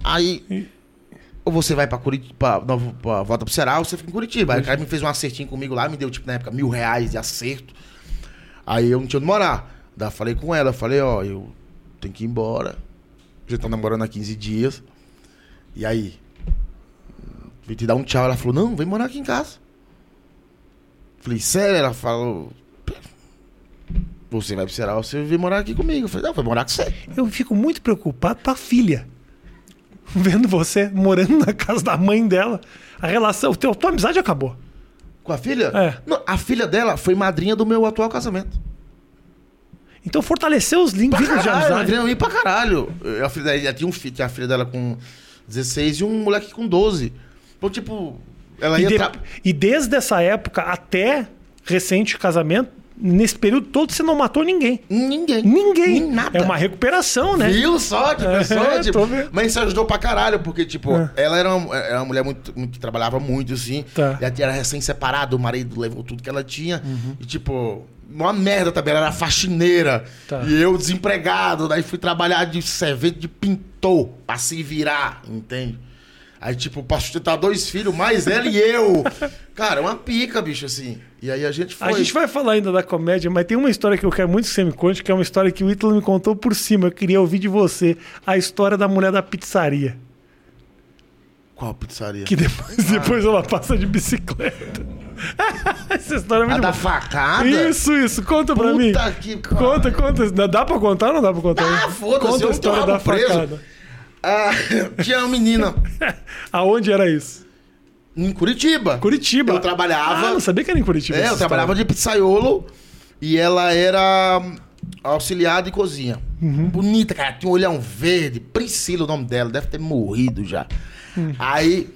S2: Aí, ou você vai pra Curitiba, pra, não, pra- volta pro Ceará, ou você fica em Curitiba. Aí o cara me fez um acertinho comigo lá, me deu, tipo, na época, mil reais de acerto. Aí eu não tinha onde morar. Daí eu falei com ela, eu falei, ó, eu tenho que ir embora. Já tá namorando há 15 dias. E aí? Vim te dar um tchau. Ela falou, não, vem morar aqui em casa. Falei, sério? Ela falou, você vai pro Ceará, você vem morar aqui comigo. Eu falei, não, vai morar com você.
S1: Eu fico muito preocupado com a filha. Vendo você morando na casa da mãe dela. A relação, o teu, tua amizade acabou.
S2: Com a filha?
S1: É.
S2: Não, a filha dela foi madrinha do meu atual casamento. um
S1: Então fortaleceu os links de amizade.
S2: madrinha minha pra caralho. Eu- A filha dela, ela tinha um filho, tinha a filha dela com 16 e um moleque com 12. Então, tipo, ela
S1: E,
S2: ia...
S1: de-
S2: tra-
S1: e desde essa época até recente casamento, nesse período todo você não matou ninguém.
S2: Ninguém.
S1: Ninguém.
S2: Nem nada.
S1: É uma recuperação, né?
S2: Viu só de pessoa?
S1: É,
S2: tipo,
S1: tô vendo.
S2: mas isso ajudou pra caralho, porque, tipo,
S1: É.
S2: ela era uma, era uma mulher muito, muito- que trabalhava muito, assim.
S1: Tá. Uhum.
S2: Ela era recém-separada, o marido levou tudo que ela tinha. E, tipo, uma merda também, ela era faxineira.
S1: Tá.
S2: E eu desempregado, daí fui trabalhar de servente de pintor, pra se virar, entende? Aí, tipo, pra sustentar dois filhos, mais ela e eu. Cara, uma pica, bicho, assim. E aí a gente foi.
S1: A gente vai falar ainda da comédia, mas tem uma história que eu quero muito que você me conte, que é uma história que o Ítalo me contou por cima. Eu queria ouvir de você a história da mulher da pizzaria.
S2: Qual pizzaria?
S1: Que depois,
S2: Ah.
S1: depois ela passa de bicicleta. Essa história é
S2: A
S1: muito
S2: da
S1: boa.
S2: facada?
S1: Isso, isso. Conta pra mim.
S2: Puta que
S1: Conta, conta. Dá- Dá pra contar ou não dá pra contar?
S2: Ah, foda-se,
S1: Conta
S2: eu
S1: a história
S2: tô
S1: da
S2: preso.
S1: facada.
S2: Ah, tinha uma menina
S1: Aonde era isso?
S2: em Curitiba.
S1: Curitiba.
S2: Eu trabalhava.
S1: Ah, não sabia que era em Curitiba.
S2: é,
S1: essa
S2: eu trabalhava
S1: história.
S2: de pizzaiolo e ela era hum, auxiliar de cozinha. Bonita, cara. Tinha um olhão verde. Priscila o nome dela. Deve ter morrido já. Aí...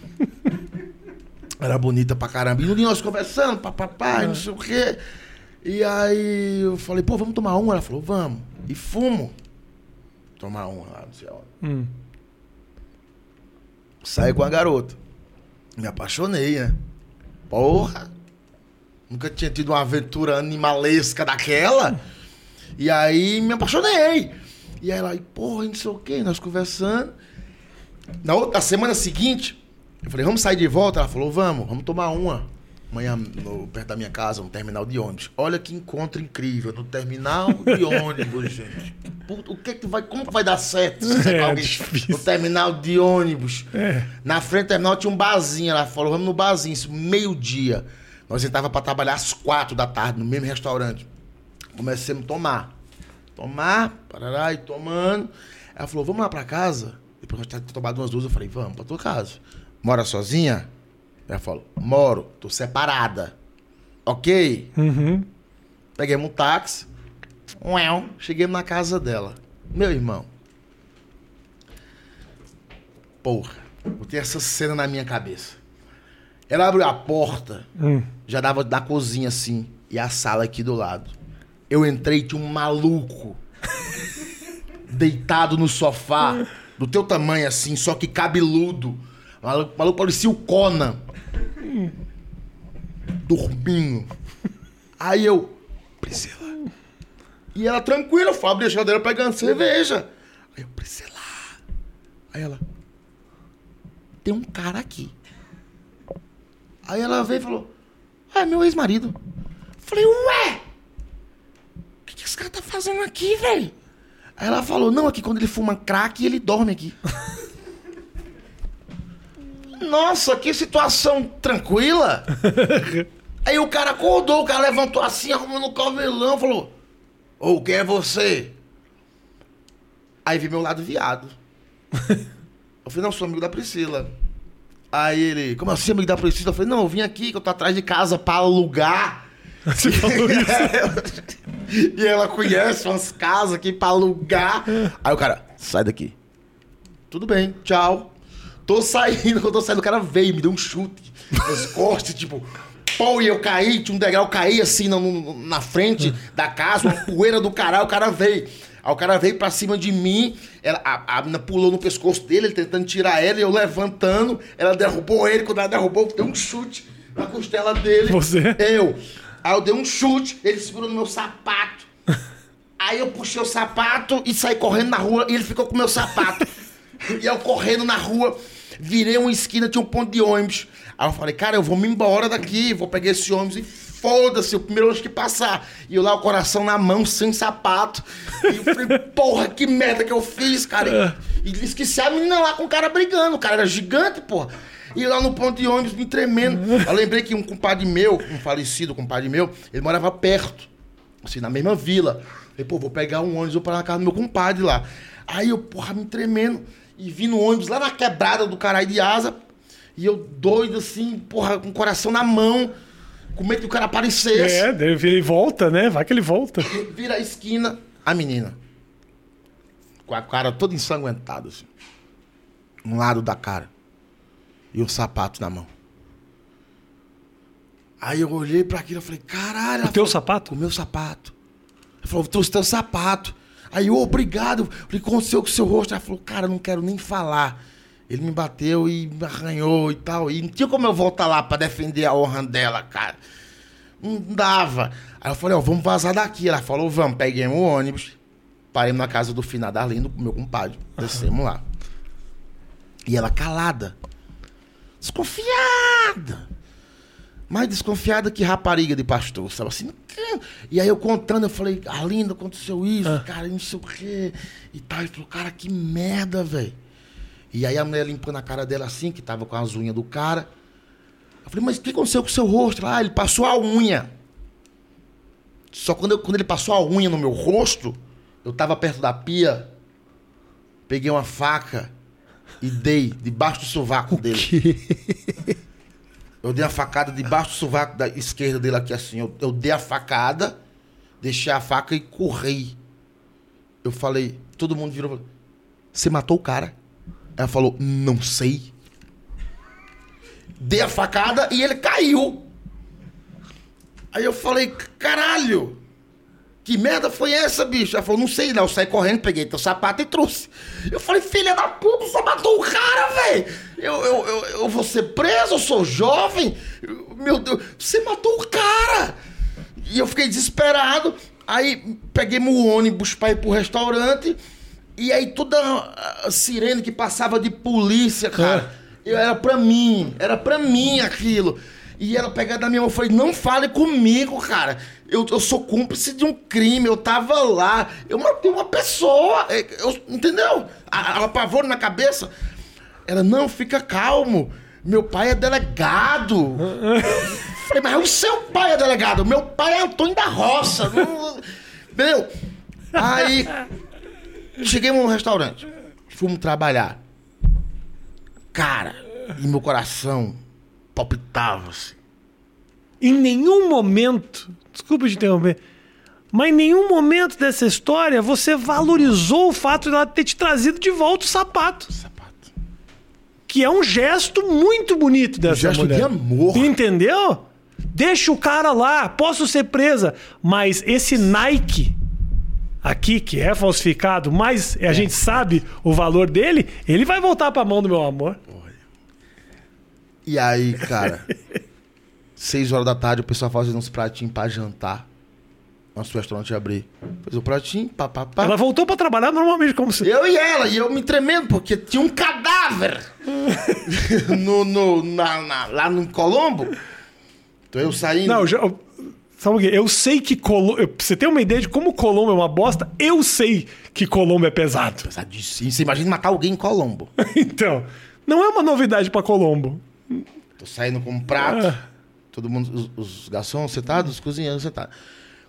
S2: Era bonita pra caramba. E um nós conversando, papapá, e não sei o quê. E aí eu falei, pô, vamos tomar uma? Ela falou, vamos. E fumo. Tomar uma lá, não sei aonde.
S1: Hum.
S2: Saí com a garota. Me apaixonei, né? Porra! Nunca tinha tido uma aventura animalesca daquela. E aí me apaixonei. E aí ela, e porra, não sei o quê, nós conversando. Na outra semana seguinte, eu falei, vamos sair de volta? Ela falou, vamos, vamos tomar uma. Amanhã, no- perto da minha casa, no terminal de ônibus. Olha que encontro incrível, no terminal de ônibus, gente. Puta, o que que vai, como que vai dar certo se você
S1: É,
S2: com alguém
S1: difícil.
S2: no terminal de ônibus?
S1: É.
S2: Na frente do terminal tinha um barzinho. Ela falou, vamos no barzinho, isso, meio-dia. Nós entrava pra trabalhar às quatro da tarde, no mesmo restaurante. Comecemos a tomar. Tomar, parará, e tomando. Ela falou, vamos lá pra casa? Depois nós tínhamos tomado umas duas, eu falei, vamos pra tua casa. Mora sozinha? Ela falou, moro, tô separada. Ok.
S1: Uhum.
S2: Peguemos um táxi. Uéu. Cheguemos na casa dela. Meu irmão. Porra. Eu tenho essa cena na minha cabeça. Ela abriu a porta.
S1: Hum.
S2: Já dava da cozinha assim. E a sala aqui do lado. Eu entrei, tinha um maluco. deitado no sofá. Do teu tamanho assim, só que cabeludo. Maluco, maluco parecia o Conan. Dormindo. Aí eu. Priscila. E ela tranquila, eu fui abrir a geladeira pegando cerveja. Aí eu, Priscila. Aí ela. Tem um cara aqui. Aí ela veio e falou: É meu ex-marido. Falei, ué! O que, que esse cara tá fazendo aqui, velho? Aí ela falou: Não, aqui quando ele fuma crack, ele dorme aqui. Nossa, que situação tranquila! Aí o cara acordou, o cara levantou assim, arrumando o cabelão, falou: Ô, quem é você? Aí vi meu lado viado. Eu falei: Não, sou amigo da Priscila. Aí ele: Como assim, amigo da Priscila? Eu falei: Não, eu vim aqui que eu tô atrás de casa pra alugar.
S1: Você falou isso.
S2: e ela conhece umas casas aqui pra alugar. Aí o cara, sai daqui. Tudo bem, tchau. Tô saindo, quando eu tô saindo, o cara veio, me deu um chute nas costas, tipo, pau, e eu caí, tinha um degrau, eu caí assim na, no- na frente da casa, uma poeira do caralho, o cara veio. Aí o cara veio pra cima de mim, ela, a, a menina pulou no pescoço dele, ele tentando tirar ela, e eu levantando, ela derrubou ele, quando ela derrubou, deu um chute na costela dele.
S1: Você?
S2: Eu. Aí eu dei um chute, ele segurou no meu sapato. Aí eu puxei o sapato e saí correndo na rua e ele ficou com o meu sapato. e eu correndo na rua, virei uma esquina, tinha um ponto de ônibus. Aí eu falei, cara, eu vou me embora daqui, vou pegar esse ônibus e foda-se, o primeiro ônibus que passar. E eu lá, o coração na mão, sem sapato. E eu falei, porra, que merda que eu fiz, cara. E e esqueci a menina lá com o cara brigando, o cara era gigante, porra. E lá no ponto de ônibus, me tremendo. Eu lembrei que um compadre meu, um falecido compadre meu, ele morava perto assim, na mesma vila. Falei, pô, vou pegar um ônibus, vou parar na casa do meu compadre lá. Aí eu, porra, me tremendo, e vim no ônibus lá na quebrada do caralho de asa, e eu doido assim, porra, com o coração na mão, com medo que o cara aparecesse.
S1: É, deve- ele volta, né? Vai que ele volta.
S2: Vira a esquina, a menina. Com a cara toda ensanguentada, assim. Um lado da cara. E o sapato na mão. Aí eu olhei pra aquilo e falei, caralho.
S1: O teu sapato?
S2: O meu sapato. Ela falou, trouxe teu sapato. Aí eu, obrigado. Eu Falei, o que aconteceu com o seu rosto? Ela falou, cara, eu não quero nem falar. Ele me bateu e me arranhou e tal. E não tinha como eu voltar lá pra defender a honra dela, cara. Não dava. Aí eu falei, ó, vamos vazar daqui. Ela falou, vamos. Peguei um ônibus. Paremos na casa do finado Arlindo, meu compadre. Descemos lá. E ela calada. Desconfiada. Mais desconfiada que rapariga de pastor, sabe assim? "Hum". E aí eu contando, eu falei, Arlindo, aconteceu isso, cara, não sei o quê. E tal. Ele falou, cara, que merda, velho. E aí a mulher limpando a cara dela assim, que tava com as unhas do cara. Eu falei, mas o que aconteceu com o seu rosto? Ela, Ah, ele passou a unha. Só quando, eu- quando ele passou a unha no meu rosto, eu tava perto da pia, peguei uma faca e dei debaixo do sovaco dele. Eu dei a facada debaixo do sovaco da esquerda dele aqui assim. Eu, eu dei a facada, deixei a faca e corri. Eu falei, todo mundo virou e falou, você matou o cara? Ela falou, não sei. Dei a facada e ele caiu. Aí eu falei, caralho, que merda foi essa, bicho? Ela falou, não sei não, eu saí correndo, peguei teu sapato e trouxe. Eu falei, filha da puta, você matou o cara, velho! Eu, eu, eu, eu vou ser preso, eu sou jovem! Eu- Meu Deus, você matou o cara! E eu fiquei desesperado, aí peguei meu ônibus pra ir pro restaurante, e aí toda a a sirene que passava de polícia, cara, eu, era pra mim, era pra mim aquilo. E ela pegada da minha mão e falei, não fale comigo, cara. Eu, eu sou cúmplice de um crime, eu tava lá, eu matei uma pessoa, é, eu- entendeu? A, a- apavoro na cabeça. Ela, não, fica calmo. Meu pai é delegado. Eu falei, mas o seu pai é delegado, meu pai é Antônio da Roça. não- Entendeu? Aí cheguei num restaurante, fomos trabalhar. Cara, e meu coração palpitava assim.
S1: Em nenhum momento, desculpa te interromper, mas em nenhum momento dessa história você valorizou o fato de ela ter te trazido de volta o sapato,
S2: Sapato.
S1: que é um gesto muito bonito dessa
S2: gesto
S1: mulher.
S2: de amor.
S1: Entendeu? Deixa o cara lá, posso ser presa, mas esse Nike aqui que é falsificado, mas a gente sabe o valor dele, ele vai voltar pra mão do meu amor.
S2: E aí, cara, seis horas da tarde, o pessoal fazendo uns pratinhos pra jantar. Nosso restaurante abrir. Fez o pratinho, pá, pá, pá.
S1: Ela voltou pra trabalhar normalmente como se
S2: Eu e ela, e eu me tremendo, porque tinha um cadáver no, no- na- na- lá no Colombo. Então eu saindo.
S1: Não, já, eu- sabe o quê? Eu sei que Colombo. Pra você ter uma ideia de como Colombo é uma bosta, eu sei que Colombo é pesado.
S2: Apesar disso, Tá você imagina matar alguém em Colombo.
S1: Então, não é uma novidade pra Colombo.
S2: Tô saindo com um prato. Todo mundo, os, os garçons sentados, os cozinheiros sentados.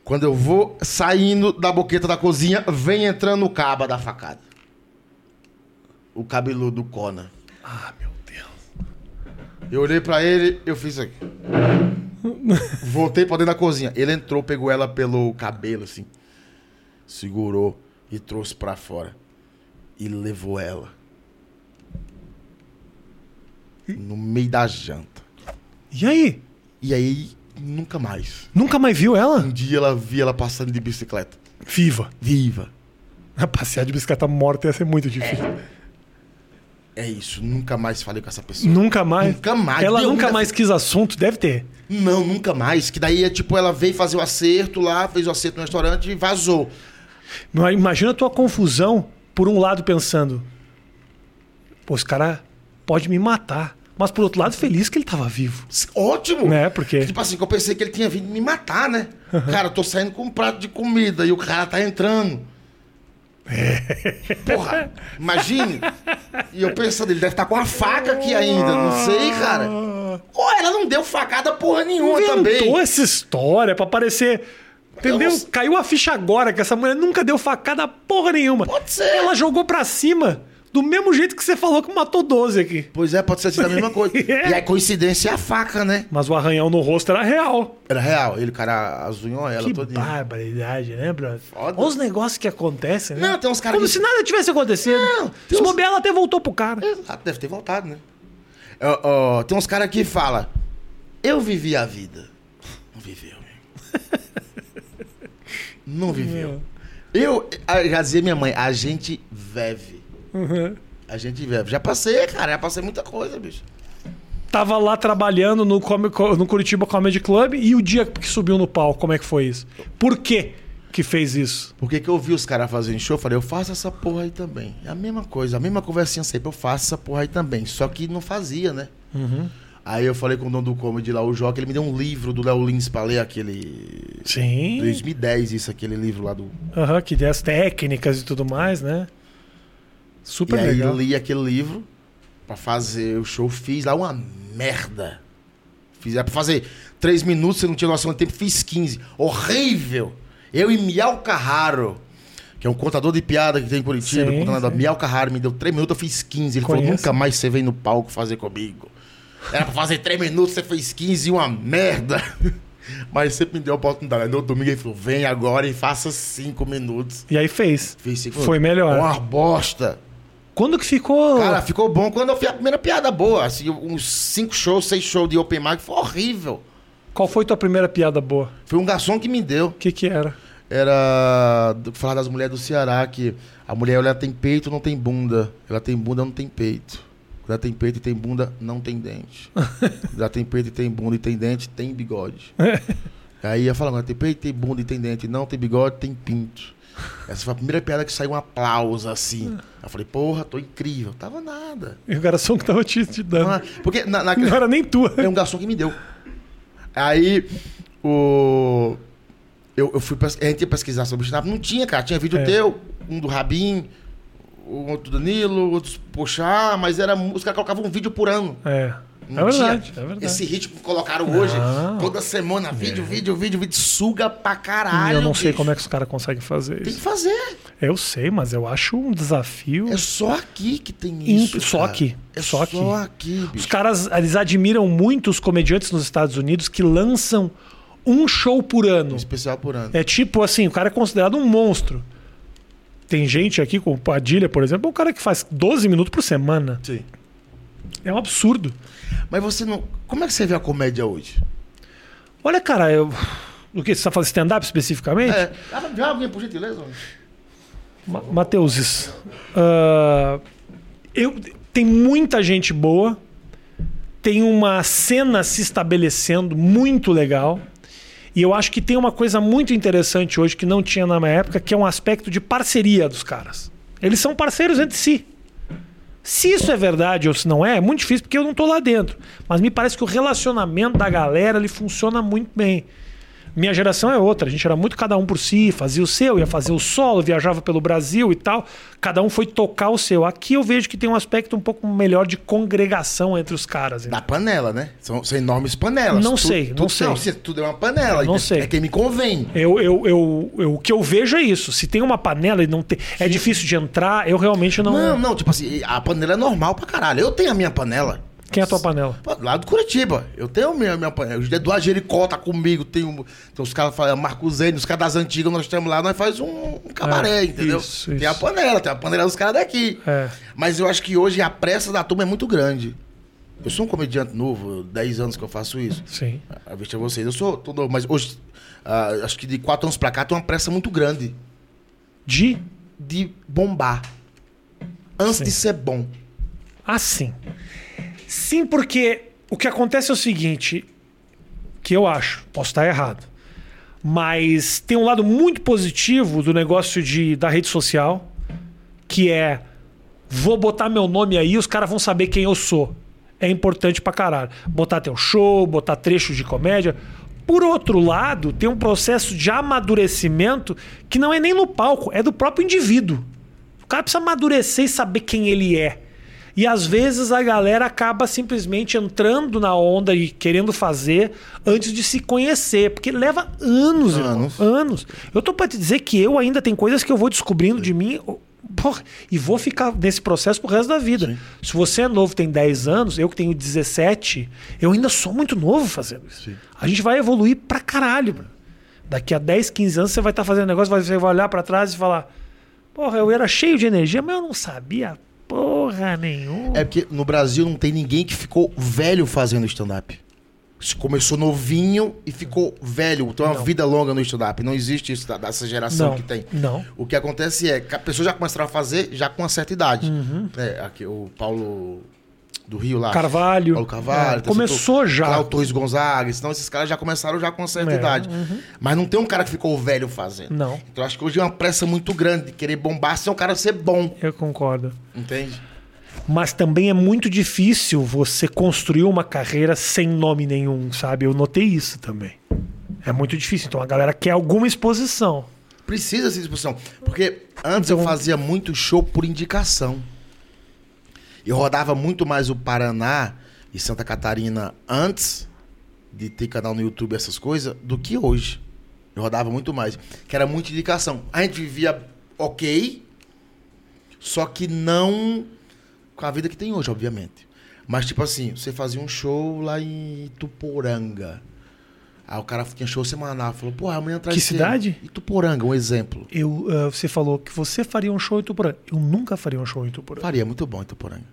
S2: Quando eu vou saindo da boqueta da cozinha, vem entrando o caba da facada. O cabeludo Conan.
S1: Ah, meu Deus.
S2: Eu olhei pra ele, eu fiz isso aqui. Voltei pra dentro da cozinha. Ele entrou, pegou ela pelo cabelo, assim. Segurou e trouxe pra fora. E levou ela. No meio da janta.
S1: E aí?
S2: E aí, nunca mais.
S1: Nunca mais viu ela?
S2: Um dia ela via ela passando de bicicleta.
S1: Viva.
S2: Viva!
S1: Passear de bicicleta morta ia ser muito difícil.
S2: É isso, nunca mais falei com essa pessoa.
S1: Nunca mais.
S2: Nunca mais.
S1: Ela
S2: Deus
S1: nunca
S2: me-
S1: mais quis assunto, deve ter.
S2: Não, nunca mais. Que daí é tipo, ela veio fazer o acerto lá, fez o acerto no restaurante e vazou.
S1: Mas Imagina a tua confusão, por um lado pensando, pô, esse cara pode me matar. Mas por outro lado, feliz que ele tava vivo.
S2: Ótimo!
S1: Né, porque-
S2: Tipo assim, que eu pensei que ele tinha vindo me matar, né? Cara, eu tô saindo com um prato de comida e o cara tá entrando.
S1: É.
S2: Porra, imagine. E eu pensando, ele deve estar com uma faca aqui ainda, não sei, cara. Ou ela não deu facada porra nenhuma também.
S1: Inventou essa história pra parecer. Entendeu?
S2: Eu não-
S1: Caiu a ficha agora que essa mulher nunca deu facada porra nenhuma.
S2: Pode ser.
S1: Ela jogou pra cima do mesmo jeito que você falou que matou 12 aqui.
S2: Pois é, pode ser assim, a mesma coisa. E a coincidência é a faca, né?
S1: Mas o arranhão no rosto era real.
S2: Era real. Ele, cara, azunhou ela
S1: que
S2: todinha.
S1: barbaridade, né, brother?
S2: Foda.
S1: Olha os negócios que acontecem, né?
S2: Não, tem uns caras
S1: Como
S2: que-
S1: se nada tivesse acontecido.
S2: Não, tem
S1: Se
S2: uns-
S1: bobear, ela até voltou pro cara.
S2: Exato, É, deve ter voltado, né? Ó, ó, tem uns caras que falam, eu vivi a vida. Não viveu, meu. Não viveu. Eu, a- já dizia minha mãe, a gente vive.
S1: Uhum.
S2: A gente vive. Já passei, cara, já passei muita coisa, bicho.
S1: Tava lá trabalhando no, Comi- no Curitiba Comedy Club e o dia que subiu no palco, como é que foi isso? Por que que fez isso?
S2: Porque que eu vi os caras fazendo show, eu falei, eu faço essa porra aí também. É a mesma coisa, a mesma conversinha sempre, eu faço essa porra aí também. Só que não fazia, né? Aí eu falei com o dono do comedy lá, o Joca, ele me deu um livro do Léo Lins pra ler aquele.
S1: Sim.
S2: 2010, isso, aquele livro lá do.
S1: Aham, que deu as técnicas e tudo mais, né?
S2: E
S1: Super
S2: aí eu
S1: legal.
S2: li aquele livro pra fazer o show, fiz lá uma merda. Fiz, era pra fazer 3 minutos, você não tinha noção de tempo, fiz 15. Horrível! Eu e Miau Carraro, que é um contador de piada que tem em Curitiba,
S1: Sim,
S2: contando da
S1: sim.
S2: Miau Carraro, me deu 3 minutos, eu fiz 15. Ele falou,
S1: Conheço.
S2: nunca mais você vem no palco fazer comigo. Era pra fazer 3 minutos, você fez 15, uma merda. Mas sempre me deu a oportunidade. No outro domingo ele falou, vem agora e faça 5 minutos.
S1: E aí fez.
S2: Fiz 5
S1: Foi melhor.
S2: Uma bosta.
S1: Quando que ficou?
S2: Cara, ficou bom quando eu fiz a primeira piada boa. Assim, uns cinco shows, seis shows de open mic, foi horrível.
S1: Qual foi tua primeira piada boa?
S2: Foi um garçom que me deu.
S1: O que que era?
S2: Era do- falar das mulheres do Ceará, que a mulher ela tem peito, não tem bunda. Ela tem bunda, não tem peito. Ela tem peito e tem bunda, não tem dente. Ela tem peito e tem bunda e tem dente, tem bigode. Aí eu falava, ela tem peito, tem bunda e tem dente, não tem bigode, tem pinto. Essa foi a primeira piada que saiu um aplauso assim. Eu falei, porra, tô incrível. Tava nada.
S1: E o garçom um que tava te, te dando.
S2: Ah, Porque na, na...
S1: Não era nem tua.
S2: É um garçom que me deu. Aí, o. Eu, eu fui pes- a gente ia pesquisar sobre o stand Não tinha, cara. Tinha vídeo
S1: É.
S2: teu, um do Rabin, o outro do Danilo, outros Poxá, mas era, mu- os caras colocavam um vídeo por ano.
S1: É.
S2: Não
S1: é
S2: tinha
S1: verdade, é verdade.
S2: Um
S1: Ah.
S2: Esse ritmo que colocaram hoje,
S1: Não.
S2: toda semana, vídeo, vídeo, vídeo, vídeo, suga pra
S1: E
S2: caralho.
S1: eu não sei
S2: bicho.
S1: como é que os caras conseguem fazer
S2: Tem que
S1: isso.
S2: fazer.
S1: Eu sei, mas eu acho um desafio.
S2: É só aqui que tem
S1: Imp-
S2: isso.
S1: só
S2: cara.
S1: aqui.
S2: É
S1: Só
S2: só
S1: aqui.
S2: aqui.
S1: Os
S2: bicho.
S1: caras, eles admiram muito os comediantes nos Estados Unidos que lançam um show por ano.
S2: Um especial por ano.
S1: É tipo assim, o cara é considerado um monstro. Tem gente aqui, como o Padilha, por exemplo, é um cara que faz 12 minutos por semana.
S2: Sim.
S1: É um absurdo.
S2: Mas você não. Como é que você vê a comédia hoje?
S1: Olha, cara, eu... o que? Você tá falando stand-up especificamente?
S2: É. Ah, vê alguém, por gentileza? homem.
S1: Ma- Mateuses, ah, eu tem muita gente boa, tem uma cena se estabelecendo muito legal. E eu acho que tem uma coisa muito interessante hoje que não tinha na minha época, que é um aspecto de parceria dos caras. Eles são parceiros entre si. Se isso é verdade ou se não é, é muito difícil porque eu não tô lá dentro. Mas me parece que o relacionamento da galera ele funciona muito bem. Minha geração é outra, a gente era muito cada um por si, fazia o seu, ia fazer o solo, viajava pelo Brasil e tal. Cada um foi tocar o seu. Aqui eu vejo que tem um aspecto um pouco melhor de congregação entre os caras.
S2: Da panela, né? São, são enormes panelas.
S1: Não sei, não sei.
S2: se tudo é uma panela.
S1: Não
S2: é,
S1: sei.
S2: É quem me convém.
S1: Eu, eu, eu, eu- o que eu vejo é isso. Se tem uma panela e não tem. É difícil de entrar, eu realmente não.
S2: Não, não, tipo assim, a panela é normal pra caralho. Eu tenho a minha panela.
S1: Quem é a tua panela?
S2: Pô, Lá do Curitiba. Eu tenho a minha, minha panela. O Eduardo Jericó tá comigo. Tem, um, tem os caras, falam, Marco Zene, os caras das antigas, nós temos lá, nós faz um, um cabaré,
S1: É,
S2: entendeu?
S1: isso,
S2: tem
S1: isso.
S2: a panela, tem a panela dos caras daqui.
S1: É.
S2: Mas eu acho que hoje a pressa da turma é muito grande. Eu sou um comediante novo, 10 anos que eu faço isso.
S1: Sim.
S2: A vista é vocês. Eu sou todo. Mas hoje, ah, acho que de quatro anos pra cá, tem uma pressa muito grande
S1: De?
S2: de bombar. Antes
S1: Sim.
S2: de ser bom.
S1: Assim. Sim, porque o que acontece é o seguinte, que eu acho, posso estar errado, mas tem um lado muito positivo do negócio de, da rede social, que é vou botar meu nome aí, os caras vão saber quem eu sou. É importante pra caralho. Botar teu show, botar trechos de comédia. Por outro lado, tem um processo de amadurecimento que não é nem no palco, é do próprio indivíduo. O cara precisa amadurecer e saber quem ele é. E às vezes a galera acaba simplesmente entrando na onda e querendo fazer antes de se conhecer, porque leva anos, irmão.
S2: Anos.
S1: anos. Eu tô pra te dizer que eu ainda tem coisas que eu vou descobrindo de mim oh, porra, e vou ficar nesse processo pro resto da vida. Se você é novo, tem 10 anos, eu que tenho 17, eu ainda sou muito novo fazendo isso. A gente vai evoluir pra caralho. Bro. Daqui a 10, 15 anos você vai estar fazendo negócio, vai- você vai olhar pra trás e falar: Porra, eu era cheio de energia, mas eu não sabia porra nenhuma.
S2: É porque no Brasil não tem ninguém que ficou velho fazendo stand-up. se começou novinho e ficou velho. Então é uma vida longa no stand-up. Não existe isso da- dessa geração
S1: Não,
S2: que tem.
S1: não.
S2: O que acontece é que a pessoa já começaram a fazer já com uma certa idade.
S1: Uhum.
S2: É, aqui, o Paulo do Rio lá.
S1: Carvalho.
S2: Paulo Carvalho.
S1: É,
S2: tem esse
S1: começou
S2: outro-
S1: já.
S2: Cláudio Torres Gonzaga. Então esses caras já começaram já com uma certa
S1: É,
S2: idade. Mas não tem um cara que ficou velho fazendo.
S1: Não.
S2: Então eu acho que hoje é uma pressa muito grande de querer bombar sem o cara ser bom.
S1: Eu concordo.
S2: Entende?
S1: Mas também é muito difícil você construir uma carreira sem nome nenhum, sabe? Eu notei isso também. É muito difícil. Então a galera quer alguma exposição.
S2: Precisa essa discussão. Porque antes eu fazia muito show por indicação. Eu rodava muito mais o Paraná e Santa Catarina antes de ter canal no YouTube, essas coisas, do que hoje. Eu rodava muito mais. Que era muita indicação. A gente vivia ok, só que não com a vida que tem hoje, obviamente. Mas, tipo assim, você fazia um show lá em Ituporanga. Aí o cara tinha show semanal. Falou, porra, amanhã traz
S1: Que
S2: quem?"
S1: cidade?
S2: Ituporanga, um exemplo.
S1: Eu, ah, você falou que você faria um show em Ituporã. Eu nunca faria um show em Ituporã.
S2: Faria muito bom Ituporanga.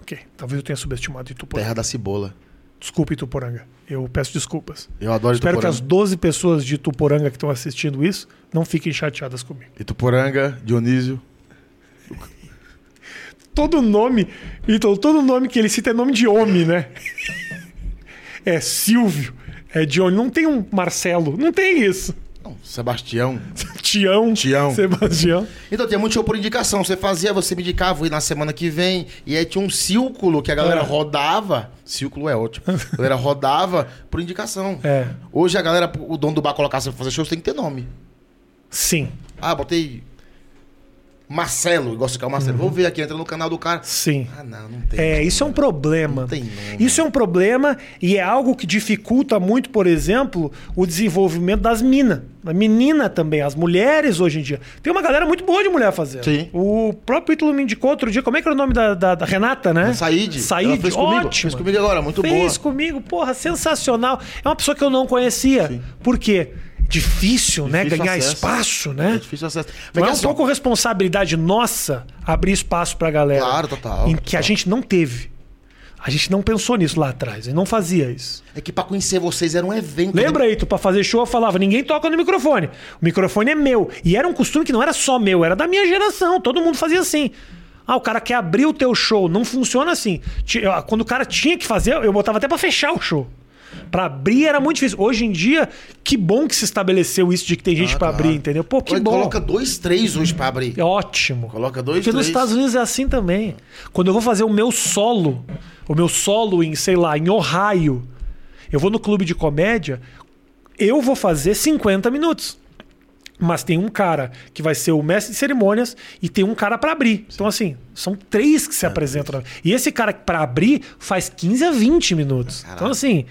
S1: Ok. Talvez eu tenha subestimado Ituporã.
S2: Terra da Cebola.
S1: Desculpa, Ituporanga. Eu peço desculpas.
S2: Eu adoro
S1: Espero que
S2: Ituporanga.
S1: as 12 pessoas de Ituporanga que estão assistindo isso não fiquem chateadas comigo.
S2: Ituporanga, Dionísio.
S1: Todo nome, então todo nome que ele cita é nome de homem, né? É Silvio, é Dione. Não tem um Marcelo, não tem isso.
S2: Não, Sebastião.
S1: Tião,
S2: Tião.
S1: Sebastião.
S2: Então tinha muito show por indicação. Você fazia, você me indicava, vou ir na semana que vem. E aí tinha um círculo que a galera
S1: É.
S2: rodava. Círculo é ótimo. A galera rodava por indicação.
S1: É.
S2: Hoje a galera, o dono do bar colocar você pra fazer show, você tem que ter nome.
S1: Sim,
S2: Ah, botei Marcelo, igual você quer o Marcelo.
S1: Uhum.
S2: Vou ver aqui, entra no canal do cara.
S1: sim.
S2: Ah, não, não tem.
S1: É, isso é um problema.
S2: tem nome.
S1: Isso é um problema e é algo que dificulta muito, por exemplo, o desenvolvimento das minas. A menina também, as mulheres hoje em dia. Tem uma galera muito boa de mulher fazendo.
S2: Sim.
S1: O próprio Ítalo me indicou outro dia, como é que era o nome da, da- da Renata, né?
S2: Said. Ela
S1: Said,
S2: fez comigo.
S1: ótimo.
S2: Fez comigo agora, muito boa.
S1: Fez comigo, porra, sensacional. É uma pessoa que eu não conhecia. Por quê? Difícil, né?
S2: Difícil
S1: Ganhar
S2: acesso.
S1: espaço, né?
S2: É difícil acesso.
S1: Não é um
S2: Vem cá,
S1: pouco responsabilidade nossa abrir espaço pra galera.
S2: Claro, total,
S1: Em que a
S2: total.
S1: gente não teve. A gente não pensou nisso lá atrás. A gente não fazia isso.
S2: É que pra conhecer vocês era um evento.
S1: Lembra aí, tu pra fazer show eu falava, ninguém toca no microfone. O microfone é meu. E era um costume que não era só meu, era da minha geração. Todo mundo fazia assim. Ah, o cara quer abrir o teu show. Não funciona assim. Ti- eu- Quando o cara tinha que fazer, eu botava até pra fechar o show. Pra abrir era muito difícil. Hoje em dia, que bom que se estabeleceu isso de que tem gente pra
S2: claro.
S1: abrir, entendeu? Pô, que
S2: Ah, tá. Olha,
S1: bom.
S2: Coloca dois, três hoje pra abrir.
S1: É ótimo.
S2: Coloca dois,
S1: Porque nos
S2: três.
S1: Estados Unidos é assim também. Quando eu vou fazer o meu solo, o meu solo em, sei lá, em Ohio, eu vou no clube de comédia, eu vou fazer 50 minutos. Mas tem um cara que vai ser o mestre de cerimônias e tem um cara pra abrir. Então, assim, são três
S2: É.
S1: que se apresentam. E esse cara pra abrir faz 15 a 20 minutos. Então, assim,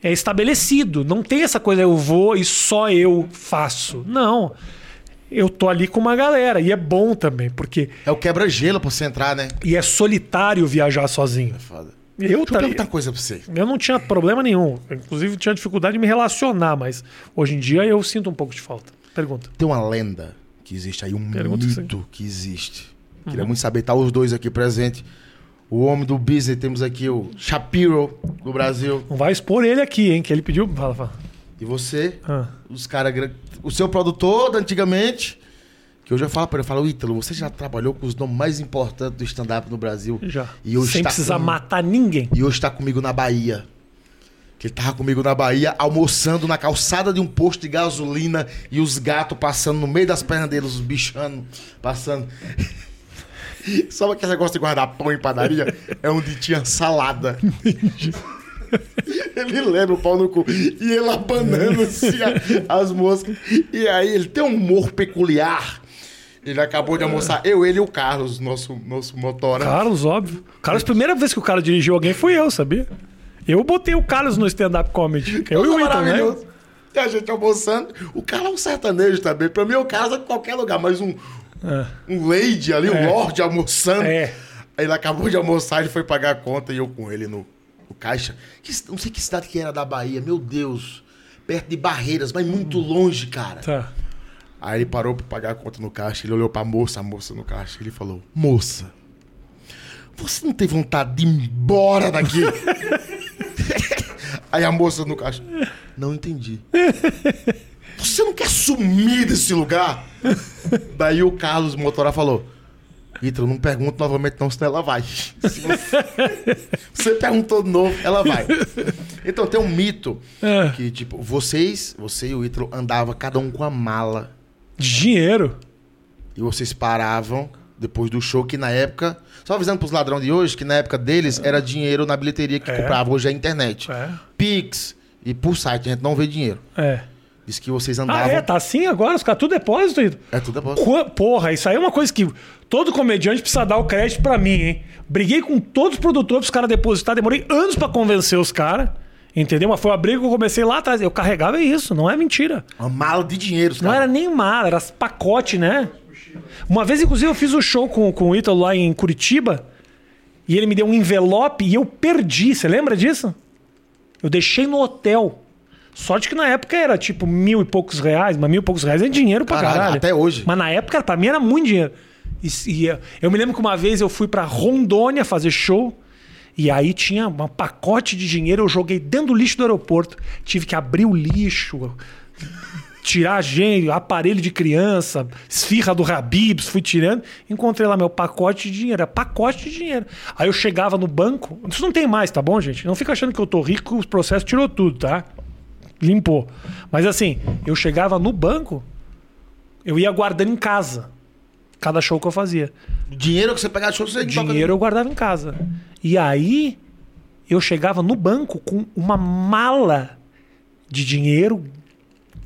S1: é estabelecido. Não tem essa coisa, eu vou e só eu faço. Não. Eu tô ali com uma galera. E é bom também, porque.
S2: É o quebra-gelo pra você entrar, né?
S1: E é solitário viajar sozinho.
S2: Foda.
S1: Eu
S2: Deixa eu
S1: também.
S2: perguntar uma coisa pra você.
S1: Eu não tinha problema nenhum. Eu, Inclusive, tinha dificuldade de me relacionar, mas hoje em dia eu sinto um pouco de falta. Pergunta.
S2: Tem uma lenda que existe aí, um
S1: Pergunta
S2: mito
S1: sim.
S2: que existe. Queria muito saber, tá os dois aqui presentes. O homem do business, temos aqui o Shapiro do Brasil.
S1: Não vai expor ele aqui, hein? Que ele pediu. Fala, fala.
S2: E você,
S1: Ah.
S2: os caras. gran- O seu produtor da antigamente, que hoje eu falo pra ele, eu falo, Ítalo, você já trabalhou com os nomes mais importantes do stand-up no Brasil.
S1: Já.
S2: E hoje
S1: Sem
S2: tá
S1: precisar
S2: com-
S1: matar ninguém.
S2: E hoje tá comigo na Bahia. Que ele tava comigo na Bahia, almoçando na calçada de um posto de gasolina e os gatos passando no meio das pernas deles, os bichanos passando. Sabe aquele negócio de guardar pão em padaria? É onde tinha salada. Ele lembra o pau no cu. E ele abanando assim, a- as moscas. E aí ele tem um humor peculiar. Ele acabou de almoçar, eu, ele e o Carlos, nosso, nosso motora.
S1: Carlos, óbvio. Carlos, primeira vez que o cara dirigiu alguém foi eu, sabia? Eu botei o Carlos no stand-up comedy. Eu e o Ita, né?
S2: é maravilhoso. E a gente almoçando. O cara é um sertanejo também. Pra mim, eu caso em qualquer lugar, mas um, um lady ali, um lord almoçando.
S1: É.
S2: Aí ele acabou de almoçar, ele foi pagar a conta e eu com ele no, no caixa. Que ci- não sei que cidade que era da Bahia, meu Deus. Perto de Barreiras, mas muito longe, cara.
S1: Tá.
S2: Aí ele parou pra pagar a conta no caixa, ele olhou pra moça, a moça no caixa, ele falou: Moça, você não tem vontade de ir embora daqui? Aí a moça no caixa. Não entendi. Você não quer sumir desse lugar? Daí o Carlos Motorá falou. Ítalo, não pergunto novamente, não, senão ela vai. Se você- você perguntou de novo, ela vai. Então tem um mito
S1: É.
S2: que, tipo, vocês, você e o Ítalo andava cada um com a mala.
S1: De dinheiro.
S2: E vocês paravam depois do show, que na época. Só avisando pros ladrão de hoje, que na época deles era dinheiro na bilheteria que
S1: É.
S2: comprava, hoje é internet.
S1: É.
S2: Pix e por site, a gente não vê dinheiro.
S1: É.
S2: Diz que vocês
S1: Ah,
S2: andavam.
S1: é? Tá assim agora? Os caras tudo depósito, Ítalo?
S2: É tudo bom.
S1: Qu- Porra, isso aí é uma coisa que todo comediante precisa dar o crédito pra mim, hein? Briguei com todos os produtores pros caras depositar, demorei anos pra convencer os caras. Entendeu? Mas foi uma briga que eu comecei lá atrás. Eu carregava isso, não é mentira.
S2: Uma mala de dinheiro, os
S1: Não
S2: caras.
S1: era nem mala, era pacote, né? Uma vez, inclusive, eu fiz um show com, com o Ítalo lá em Curitiba e ele me deu um envelope e eu perdi. Você lembra disso? Eu deixei no hotel. Sorte que na época era tipo mil e poucos reais, mas mil e poucos reais é dinheiro pra
S2: Caralho,
S1: caralho.
S2: até hoje.
S1: Mas na época, pra mim, era muito dinheiro. E, se- e eu- eu me lembro que uma vez eu fui pra Rondônia fazer show e aí tinha um pacote de dinheiro, eu joguei dentro do lixo do aeroporto. Tive que abrir o lixo, tirar gente, aparelho de criança, esfirra do Rabibs, fui tirando. Encontrei lá meu pacote de dinheiro. Era pacote de dinheiro. Aí eu chegava no banco. Isso não tem mais, tá bom, gente? Não fica achando que eu tô rico, o processo tirou tudo, tá? Limpou. Mas assim, eu chegava no banco, eu ia guardando em casa. Cada show que eu fazia.
S2: Dinheiro que você pegava de show, você
S1: Dinheiro eu guardava em casa. E aí eu chegava no banco com uma mala de dinheiro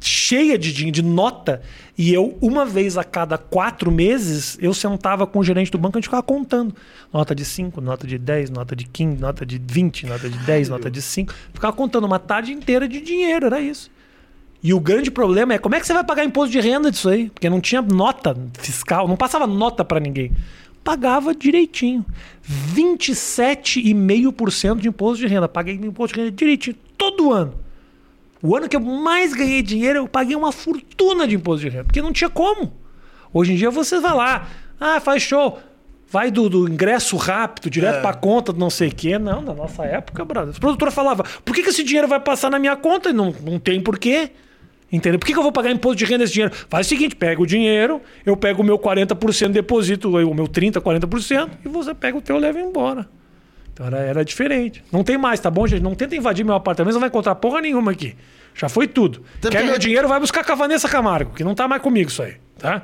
S1: cheia de dinheiro, de nota. E eu, uma vez a cada quatro meses, eu sentava com o gerente do banco e a gente ficava contando. Nota de 5, nota de 10, nota de 15, nota de 20, nota de 10, nota de 5. Ficava contando uma tarde inteira de dinheiro, era isso. E o grande problema é como é que você vai pagar imposto de renda disso aí? Porque não tinha nota fiscal, não passava nota pra ninguém. Pagava direitinho. 27,5% de imposto de renda. Paguei imposto de renda direitinho todo ano. O ano que eu mais ganhei dinheiro, eu paguei uma fortuna de imposto de renda, porque não tinha como. Hoje em dia você vai lá, ah, faz show, vai do, do ingresso rápido, direto pra conta do não sei o quê. Não, na nossa época, brother. A produtora falava, por que, que esse dinheiro vai passar na minha conta? E não, não tem porquê. Entendeu? Por que, que eu vou pagar imposto de renda esse dinheiro? Faz o seguinte, pega o dinheiro, eu pego o meu 40%, deposito o meu 30%, 40%, e você pega o teu e leva embora. Então era, era diferente. Não tem mais, tá bom, gente? Não tenta invadir meu apartamento, você não vai encontrar porra nenhuma aqui. Já foi tudo.
S2: Tá
S1: Quer
S2: bem.
S1: meu dinheiro, vai buscar com a Vanessa Camargo, que não tá mais comigo isso aí, tá?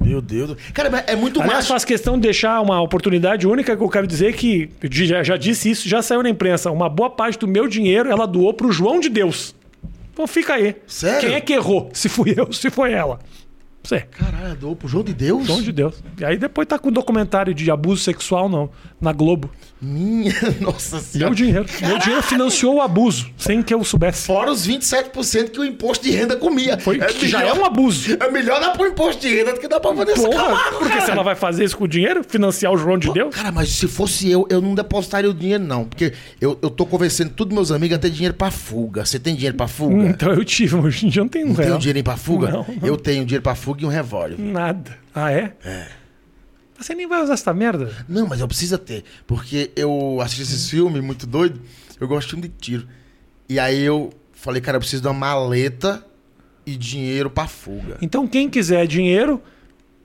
S2: Meu Deus. do- Cara, mas é muito
S1: Aliás,
S2: mais.
S1: faz questão de deixar uma oportunidade única que eu quero dizer que, eu di- já, já disse isso, já saiu na imprensa, uma boa parte do meu dinheiro ela doou pro João de Deus. Então fica aí.
S2: Sério?
S1: Quem é que errou? Se fui eu, se foi ela. Você.
S2: Caralho, doou pro João de Deus?
S1: João de Deus. E aí depois tá com documentário de abuso sexual não, na Globo.
S2: Minha nossa senhora.
S1: Meu dinheiro. Meu dinheiro financiou o abuso, sem que eu soubesse.
S2: Fora os 27% que o imposto de renda comia.
S1: Foi, que já é um abuso.
S2: É melhor dar pro imposto de renda do que dar pra Vanessa
S1: Porra,
S2: Camargo,
S1: porque
S2: cara.
S1: se ela vai fazer isso com o dinheiro, financiar o João de Deus,
S2: Cara, mas se fosse eu, eu não depositaria o dinheiro, não. Porque eu, eu tô convencendo todos meus amigos a ter dinheiro pra fuga. Você tem dinheiro pra fuga?
S1: então eu tive. mas Hoje em dia não tem um
S2: Tem um
S1: real.
S2: dinheirinho pra fuga?
S1: Não, não.
S2: Eu tenho dinheiro pra fuga e um revólver.
S1: Nada. Ah, é? É. Você nem vai usar essa merda?
S2: Não, mas eu preciso ter. Porque eu assisti
S1: Hum.
S2: esses filmes muito doido. Eu gosto de filme de tiro. E aí eu falei, cara, eu preciso de uma maleta e dinheiro pra fuga.
S1: Então quem quiser dinheiro,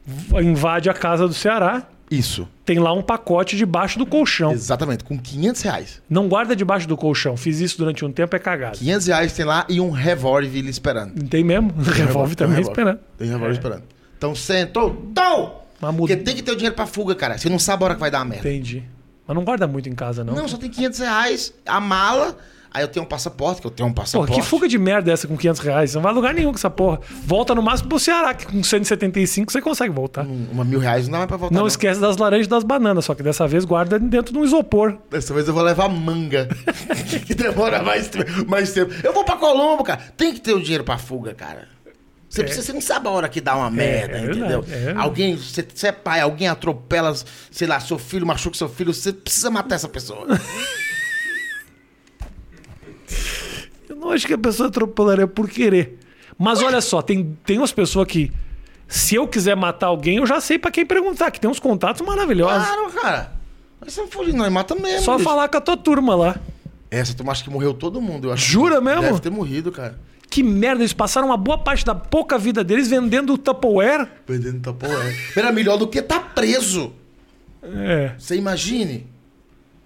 S1: v- invade a casa do Ceará,
S2: Isso.
S1: tem lá um pacote debaixo do colchão.
S2: Exatamente, com 500 reais.
S1: Não guarda debaixo do colchão. Fiz isso durante um tempo, é cagado.
S2: 500 reais tem lá e um revólver ali esperando.
S1: Tem mesmo? Revolve
S2: Tem um
S1: também
S2: revólver.
S1: esperando. É.
S2: Tem um revólver esperando. Então sentou, tô!
S1: Mas
S2: Porque
S1: muda.
S2: tem que ter o dinheiro pra fuga, cara. Você não sabe a hora que vai dar a merda.
S1: Entendi. Mas não guarda muito em casa, não.
S2: Não, só tem 500 reais, a mala. Aí eu tenho um passaporte, que eu tenho um
S1: Pô,
S2: passaporte.
S1: que fuga de merda é essa com 500 reais? Não vai a lugar nenhum com essa porra. Volta no máximo pro Ceará, que com 175 você consegue voltar.
S2: Um- Uma mil reais não dá mais pra voltar.
S1: Não esquece das laranjas e das bananas, só que dessa vez guarda dentro de um isopor.
S2: Dessa vez eu vou levar manga. que demora mais, te- mais tempo. Eu vou pra Colombo, cara. Tem que ter o dinheiro pra fuga, cara. Você, precisa, você não sabe a hora que dá uma merda,
S1: é
S2: entendeu?
S1: verdade, é verdade.
S2: alguém, você, você é pai, alguém atropela, sei lá, seu filho machuca seu filho, você precisa matar essa pessoa.
S1: Eu não acho que a pessoa atropelaria por querer. Mas olha só, tem, tem umas pessoas que, se eu quiser matar alguém, eu já sei pra quem perguntar, que tem uns contatos maravilhosos.
S2: claro, cara. Mas você não for nós mata mesmo.
S1: só
S2: Ah, bicho. É,
S1: falar com a tua turma lá.
S2: Essa turma acho que morreu todo mundo, eu acho.
S1: Jura mesmo?
S2: Deve ter morrido, cara.
S1: Que merda, eles passaram uma boa parte da pouca vida deles vendendo o Tupperware.
S2: Perdendo Tupperware. Era melhor do que tá preso.
S1: É.
S2: Você imagine.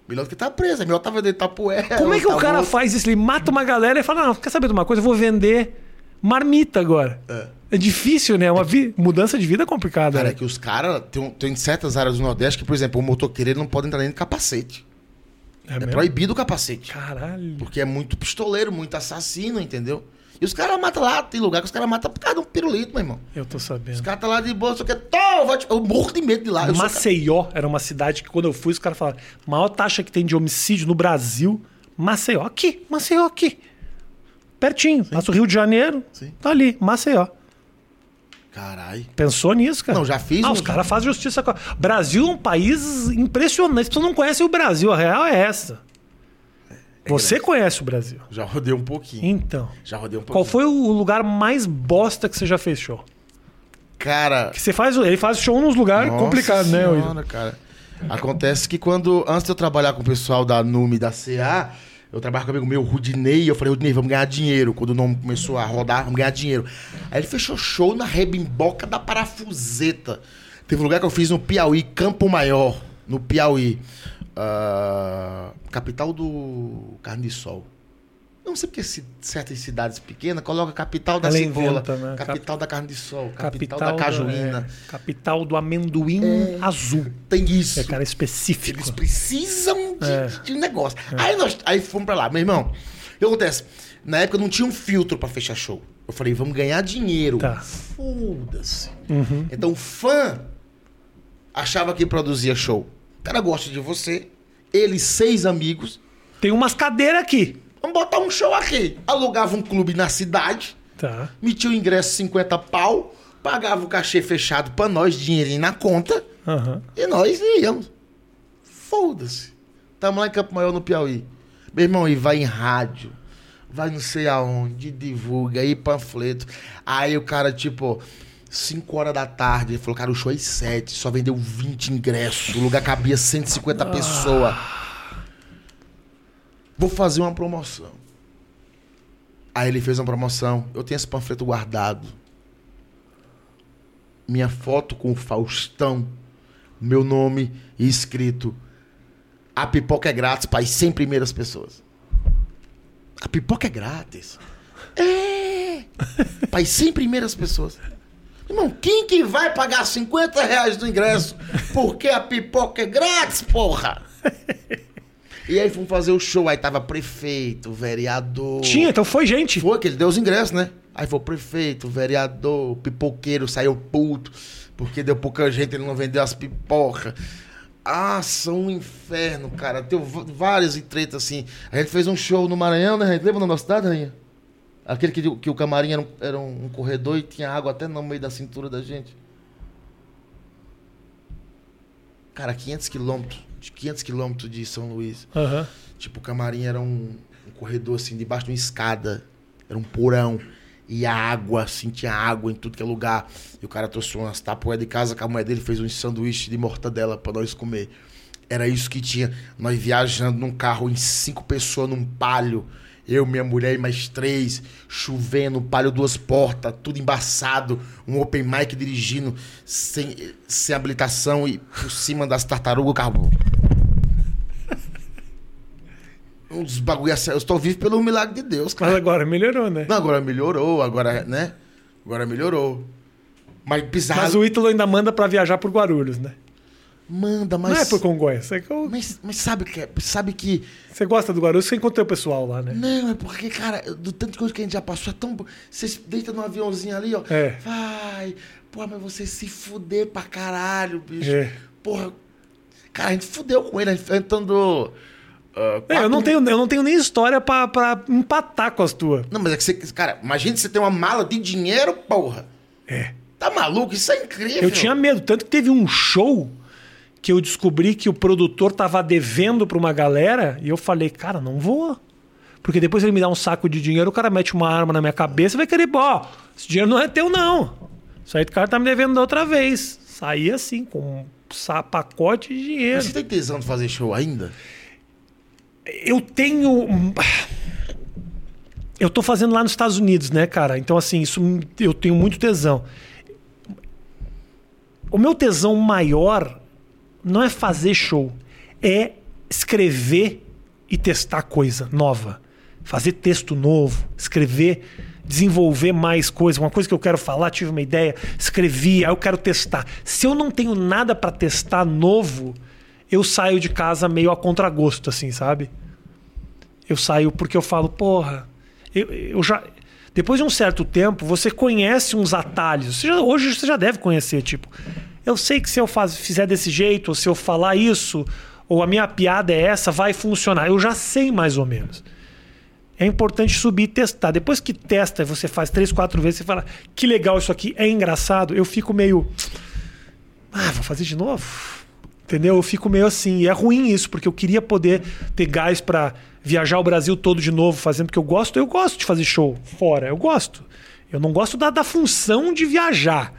S2: Melhor do que tá preso. É melhor tá vendendo Tupperware.
S1: Como é que o
S2: tá
S1: cara
S2: morto.
S1: faz isso? Ele mata uma galera e fala: Não, quer saber de uma coisa? Eu vou vender marmita agora.
S2: É.
S1: É, difícil, né? Uma vi- mudança de vida é complicada.
S2: Cara, é
S1: né?
S2: que os caras... Tem, um- tem certas áreas do Nordeste que, por exemplo, o motoqueiro ele não pode entrar nem de capacete.
S1: É
S2: É
S1: mesmo?
S2: proibido o capacete.
S1: Caralho.
S2: Porque é muito pistoleiro, muito assassino, entendeu? E os caras matam lá, tem lugar que os caras matam por causa de um pirulito, meu irmão.
S1: Eu tô sabendo.
S2: Os caras tá lá de boa, só que Tô, vai te... eu morro de medo de lá. Eu sou ca-
S1: Maceió era uma cidade que quando eu fui, os caras falaram: maior taxa que tem de homicídio no Brasil, Maceió. Aqui, Maceió aqui. Pertinho. Passa o Rio de Janeiro,
S2: Sim.
S1: tá ali, Maceió.
S2: Caralho.
S1: Pensou nisso, cara?
S2: Não, já fiz
S1: Ah,
S2: um-
S1: os caras fazem justiça. com a- Brasil é um país impressionante. As pessoas não conhecem o Brasil. A real é essa.
S2: É
S1: Você conhece o Brasil.
S2: Já rodei um pouquinho.
S1: Então.
S2: Já rodei um pouquinho.
S1: Qual foi o lugar mais bosta que você já fez show?
S2: Cara...
S1: Que você faz, ele faz show nos lugares
S2: Nossa
S1: complicados, né?
S2: senhora,
S1: Wilson?
S2: cara. Acontece que quando, antes de eu trabalhar com o pessoal da NUME e da CA, eu trabalhava com um amigo meu, Rudinei, e eu falei, Rudinei, vamos ganhar dinheiro. Quando o nome começou a rodar, vamos ganhar dinheiro. Aí ele fechou show na rebimboca da parafuseta. Teve um lugar que eu fiz no Piauí, Campo Maior, no Piauí. Ah, capital do Carne de Sol. Não sei porque ci- certas cidades pequenas colocam capital da
S1: Ela
S2: cebola,
S1: inventa, né? Cap-
S2: capital da carne de sol,
S1: Capital,
S2: capital, da cajuína.
S1: do- é, capital do amendoim azul.
S2: Tem isso.
S1: É cara específico.
S2: Eles precisam de,
S1: É.
S2: de um negócio. Aí nós aí fomos pra lá, meu irmão. O que acontece? Na época não tinha um filtro pra fechar show. Eu falei, vamos ganhar dinheiro.
S1: Tá. Uhum.
S2: Foda-se. Então o fã achava que produzia show. O cara gosta de você, ele, seis amigos.
S1: Tem umas cadeiras aqui.
S2: Vamos botar um show aqui. Alugava um clube na cidade,
S1: Tá.
S2: metia o ingresso 50 pau, pagava o cachê fechado pra nós, dinheirinho na conta.
S1: Aham.
S2: E nós íamos. Foda-se. Tamo lá em Campo Maior, no Piauí. Meu irmão, e vai em rádio. Vai não sei aonde, divulga, aí panfleto. Aí o cara, tipo, 5 horas da tarde, ele falou, cara, o show é às 7, só vendeu 20 ingressos. O lugar cabia 150 pessoas. Vou fazer uma promoção. Aí ele fez uma promoção. Eu tenho esse panfleto guardado. Minha foto com o Faustão meu nome e escrito A pipoca é grátis para as 100 primeiras pessoas. A pipoca é grátis. É! Para as 100 primeiras pessoas. Irmão, quem que vai pagar 50 reais do ingresso porque a pipoca é grátis, porra? E aí fomos fazer o show, aí tava prefeito, vereador.
S1: Tinha, então foi gente.
S2: Foi que ele deu os ingressos, né? Aí foi o prefeito, o vereador, o pipoqueiro saiu puto, porque deu pouca gente, ele não vendeu as pipocas. Ah, são um inferno, cara. Teve v- várias tretas assim. A gente fez um show no Maranhão, né? Lembra na nossa cidade, Rainha? Aquele que, que o camarim era um, era um corredor e tinha água até no meio da cintura da gente. Cara, 500 quilômetros. De 500 quilômetros de São Luís.
S1: Aham.
S2: Tipo, o camarim era um, um corredor, assim, debaixo de uma escada. Era um porão. E a água, assim, tinha água em tudo que é lugar. E o cara trouxe umas tapoé de casa com a mulher dele, fez um sanduíche de mortadela pra nós comer. Era isso que tinha. Nós viajando num carro em cinco pessoas, num palio. Eu, minha mulher e mais três. Chovendo, um palio duas portas, tudo embaçado. Um open mic dirigindo, sem, sem habilitação. E por cima das tartarugas, o carro uns bagulho assim. Eu estou vivo pelo milagre de Deus,
S1: Mas
S2: cara.
S1: agora melhorou, né?
S2: Não, agora melhorou, agora, né? Agora melhorou. Mas bizarro.
S1: Mas o Ítalo ainda manda pra viajar por Guarulhos, né?
S2: Manda, mas.
S1: Não é por Congonhas. É que eu-
S2: mas, mas sabe que é- sabe que.
S1: Você gosta do Guarulhos, você encontrou o pessoal lá, né?
S2: Não, é porque, cara, eu- do tanto de coisa que a gente já passou, é tão. bo- Vocês deitam num aviãozinho ali, ó.
S1: É.
S2: Vai. Pô, mas você se fuder pra caralho, bicho.
S1: É.
S2: Porra. Cara, a gente fudeu com ele, a gente foi entrando. ah,
S1: É, eu,
S2: quatro
S1: não tenho, eu não tenho nem história pra, pra empatar com as tuas.
S2: Não, mas é que você. Cara, imagina se você tem uma mala de dinheiro, porra.
S1: É.
S2: Tá maluco? Isso é incrível.
S1: Eu tinha medo, tanto que teve um show que eu descobri que o produtor tava devendo pra uma galera e eu falei, cara, não vou. Porque depois ele me dá um saco de dinheiro, o cara mete uma arma na minha cabeça e vai querer, ó, esse dinheiro não é teu, não. Isso aí o cara tá me devendo da outra vez. Saí assim, com um sa- pacote de
S2: Mas Você
S1: dinheiro.
S2: tem tesão de fazer show ainda?
S1: eu tenho. um, Eu tô fazendo lá nos Estados Unidos, né, cara? Então, assim, isso me- eu tenho muito tesão. O meu tesão maior não é fazer show, é escrever e testar coisa nova. Fazer texto novo, escrever, desenvolver mais coisa. Uma coisa que eu quero falar, tive uma ideia, escrevi, aí eu quero testar. Se eu não tenho nada pra testar novo, eu saio de casa meio a contragosto, assim, sabe? Eu saio porque eu falo, porra, eu, eu já. Depois de um certo tempo, você conhece uns atalhos. Você já- hoje você já deve conhecer, tipo, eu sei que se eu faz- fizer desse jeito, ou se eu falar isso, ou a minha piada é essa, vai funcionar. Eu já sei mais ou menos. É importante subir e testar. Depois que testa, você faz três, quatro vezes, você fala, que legal isso aqui, é engraçado. Eu fico meio. Ah, vou fazer de novo? Entendeu? Eu fico meio assim. E é ruim isso, porque eu queria poder ter gás pra viajar o Brasil todo de novo fazendo, porque eu gosto, eu gosto de fazer show fora, eu gosto. Eu não gosto da, da função de viajar.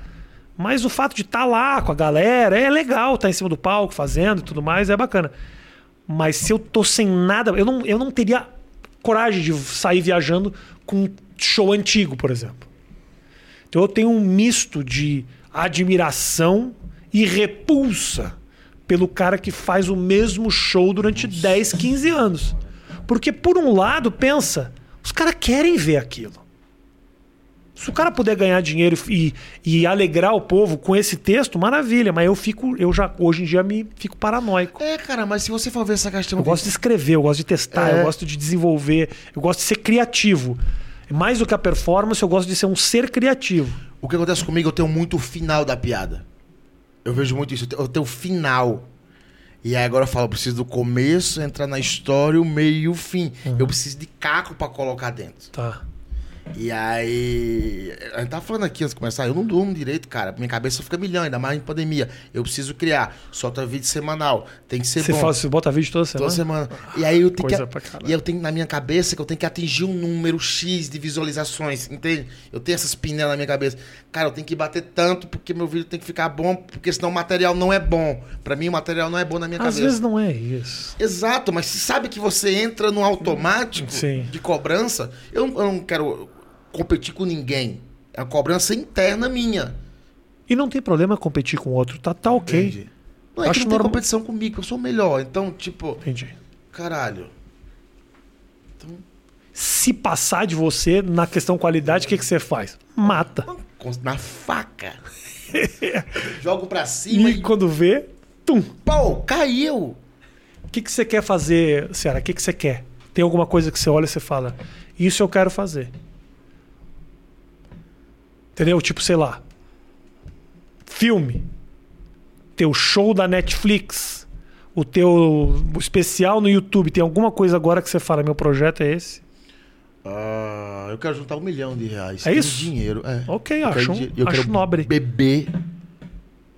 S1: Mas o fato de estar lá com a galera é legal, tá em cima do palco fazendo e tudo mais, é bacana. Mas se eu tô sem nada, eu não, eu não teria coragem de sair viajando com um show antigo, por exemplo. Então eu tenho um misto de admiração e repulsa pelo cara que faz o mesmo show durante 10, 15 anos. Porque por um lado, pensa, os caras querem ver aquilo. Se o cara puder ganhar dinheiro e, e alegrar o povo com esse texto, maravilha, mas eu fico, eu já hoje em dia me fico paranoico.
S2: É, cara, mas se você for ver essa questão.
S1: Eu gosto de escrever, eu gosto de testar,
S2: É.
S1: eu gosto de desenvolver, eu gosto de ser criativo. Mais do que a performance, eu gosto de ser um ser criativo.
S2: O que acontece comigo, eu tenho muito o final da piada. Eu vejo muito isso, eu te- eu tenho o final. E aí agora eu falo, eu preciso do começo, entrar na história, o meio e o fim. Eu preciso de caco pra colocar dentro.
S1: Tá.
S2: E aí. A gente tava falando aqui antes de começar, eu não durmo direito, cara. Minha cabeça fica milhão, ainda mais em pandemia. Eu preciso criar. Solta vídeo semanal. Tem que ser
S1: Você,
S2: bom.
S1: faz, você bota vídeo toda semana?
S2: Toda semana. E aí eu tenho
S1: Coisa pra
S2: que.
S1: caralho.
S2: E eu tenho na minha cabeça que eu tenho que atingir um número X de visualizações, entende? Eu tenho essas pinelas na minha cabeça. Cara, eu tenho que bater tanto porque meu vídeo tem que ficar bom, porque senão o material não é bom. Pra mim, o material não é bom na minha
S1: Às
S2: cabeça.
S1: vezes não é isso.
S2: Exato, mas você sabe que você entra no automático
S1: Sim.
S2: de cobrança. Eu, não- eu não quero competir com ninguém. É uma cobrança interna minha.
S1: E não tem problema competir com o outro, tá, tá ok. Entendi.
S2: Não é
S1: Acho
S2: que não
S1: normal.
S2: tem competição comigo, eu sou o melhor. Então, tipo, caralho.
S1: Se passar de você na questão qualidade, o que, que você faz? Mata.
S2: Com- Na faca. Jogo pra cima
S1: E
S2: e.
S1: quando vê, tum. O
S2: Pô, caiu!
S1: que, que você quer fazer, Ceará? O que, que você quer? Tem alguma coisa que você olha e você fala, isso eu quero fazer. Entendeu? Tipo, sei lá. Filme. Teu show da Netflix. O teu especial no YouTube. Tem alguma coisa agora que você fala, meu projeto é esse?
S2: Ah, eu quero juntar um milhão de reais.
S1: É
S2: Tenho
S1: isso?
S2: Dinheiro, é.
S1: Ok,
S2: Eu quero
S1: acho um-
S2: dinhe-
S1: acho nobre.
S2: Beber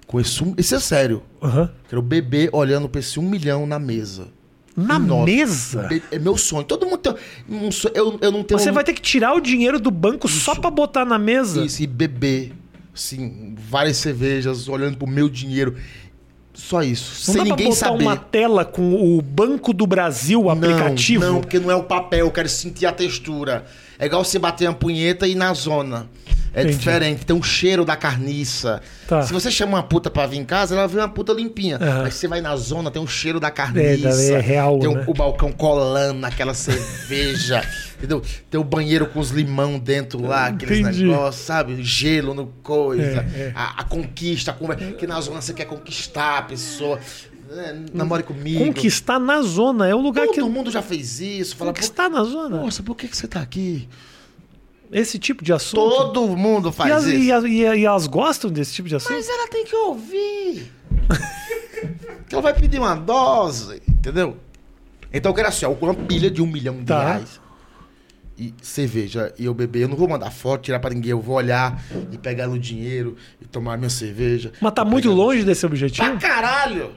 S2: com esse um... Isso é sério.
S1: Aham.
S2: Quero beber olhando pra esse um milhão na mesa.
S1: Na
S2: Nossa.
S1: mesa?
S2: Be- É meu sonho. Todo mundo tem um sonho. Eu, eu não tenho
S1: Você vai ter que tirar o dinheiro do banco só pra botar na mesa?
S2: isso e um beber, assim, várias cervejas, olhando pro meu dinheiro. Só isso.
S1: Não
S2: sem
S1: dá pra
S2: ninguém
S1: botar
S2: saber.
S1: uma tela com o Banco do Brasil, o aplicativo?
S2: Não, não, porque não é o papel, eu quero sentir a textura. É igual você bater uma punheta e ir na zona. É
S1: Entendi.
S2: diferente, tem um cheiro da carniça.
S1: Tá.
S2: Se você chama uma puta pra vir em casa, ela vem uma puta limpinha.
S1: Aham.
S2: Mas você vai na zona, tem um cheiro da carniça.
S1: É, é real,
S2: Tem o-
S1: né?
S2: o balcão colando aquela cerveja. entendeu? Tem o banheiro com os limão dentro lá, aqueles
S1: Entendi.
S2: negócios, sabe? Gelo no coisa.
S1: É, é.
S2: A, a conquista, a conver- que na zona você quer conquistar a pessoa. É, namore comigo.
S1: Conquistar na zona é o lugar
S2: Todo
S1: que.
S2: mundo já fez isso. Fala, pô,
S1: Conquistar na zona?
S2: nossa, por que, que você tá aqui?
S1: Esse tipo de assunto.
S2: Todo mundo
S1: e, as,
S2: faz
S1: e,
S2: isso.
S1: as- e- e elas gostam desse tipo de assunto?
S2: Mas ela tem que ouvir. que ela vai pedir uma dose, entendeu? Então eu quero assim, ó, uma pilha de um milhão de
S1: Tá.
S2: reais. E cerveja, e eu beber. Eu não vou mandar foto, tirar pra ninguém. Eu vou olhar e pegar no dinheiro e tomar minha cerveja.
S1: Mas tá
S2: E
S1: muito
S2: pegar-
S1: longe desse objetivo?
S2: Pra caralho!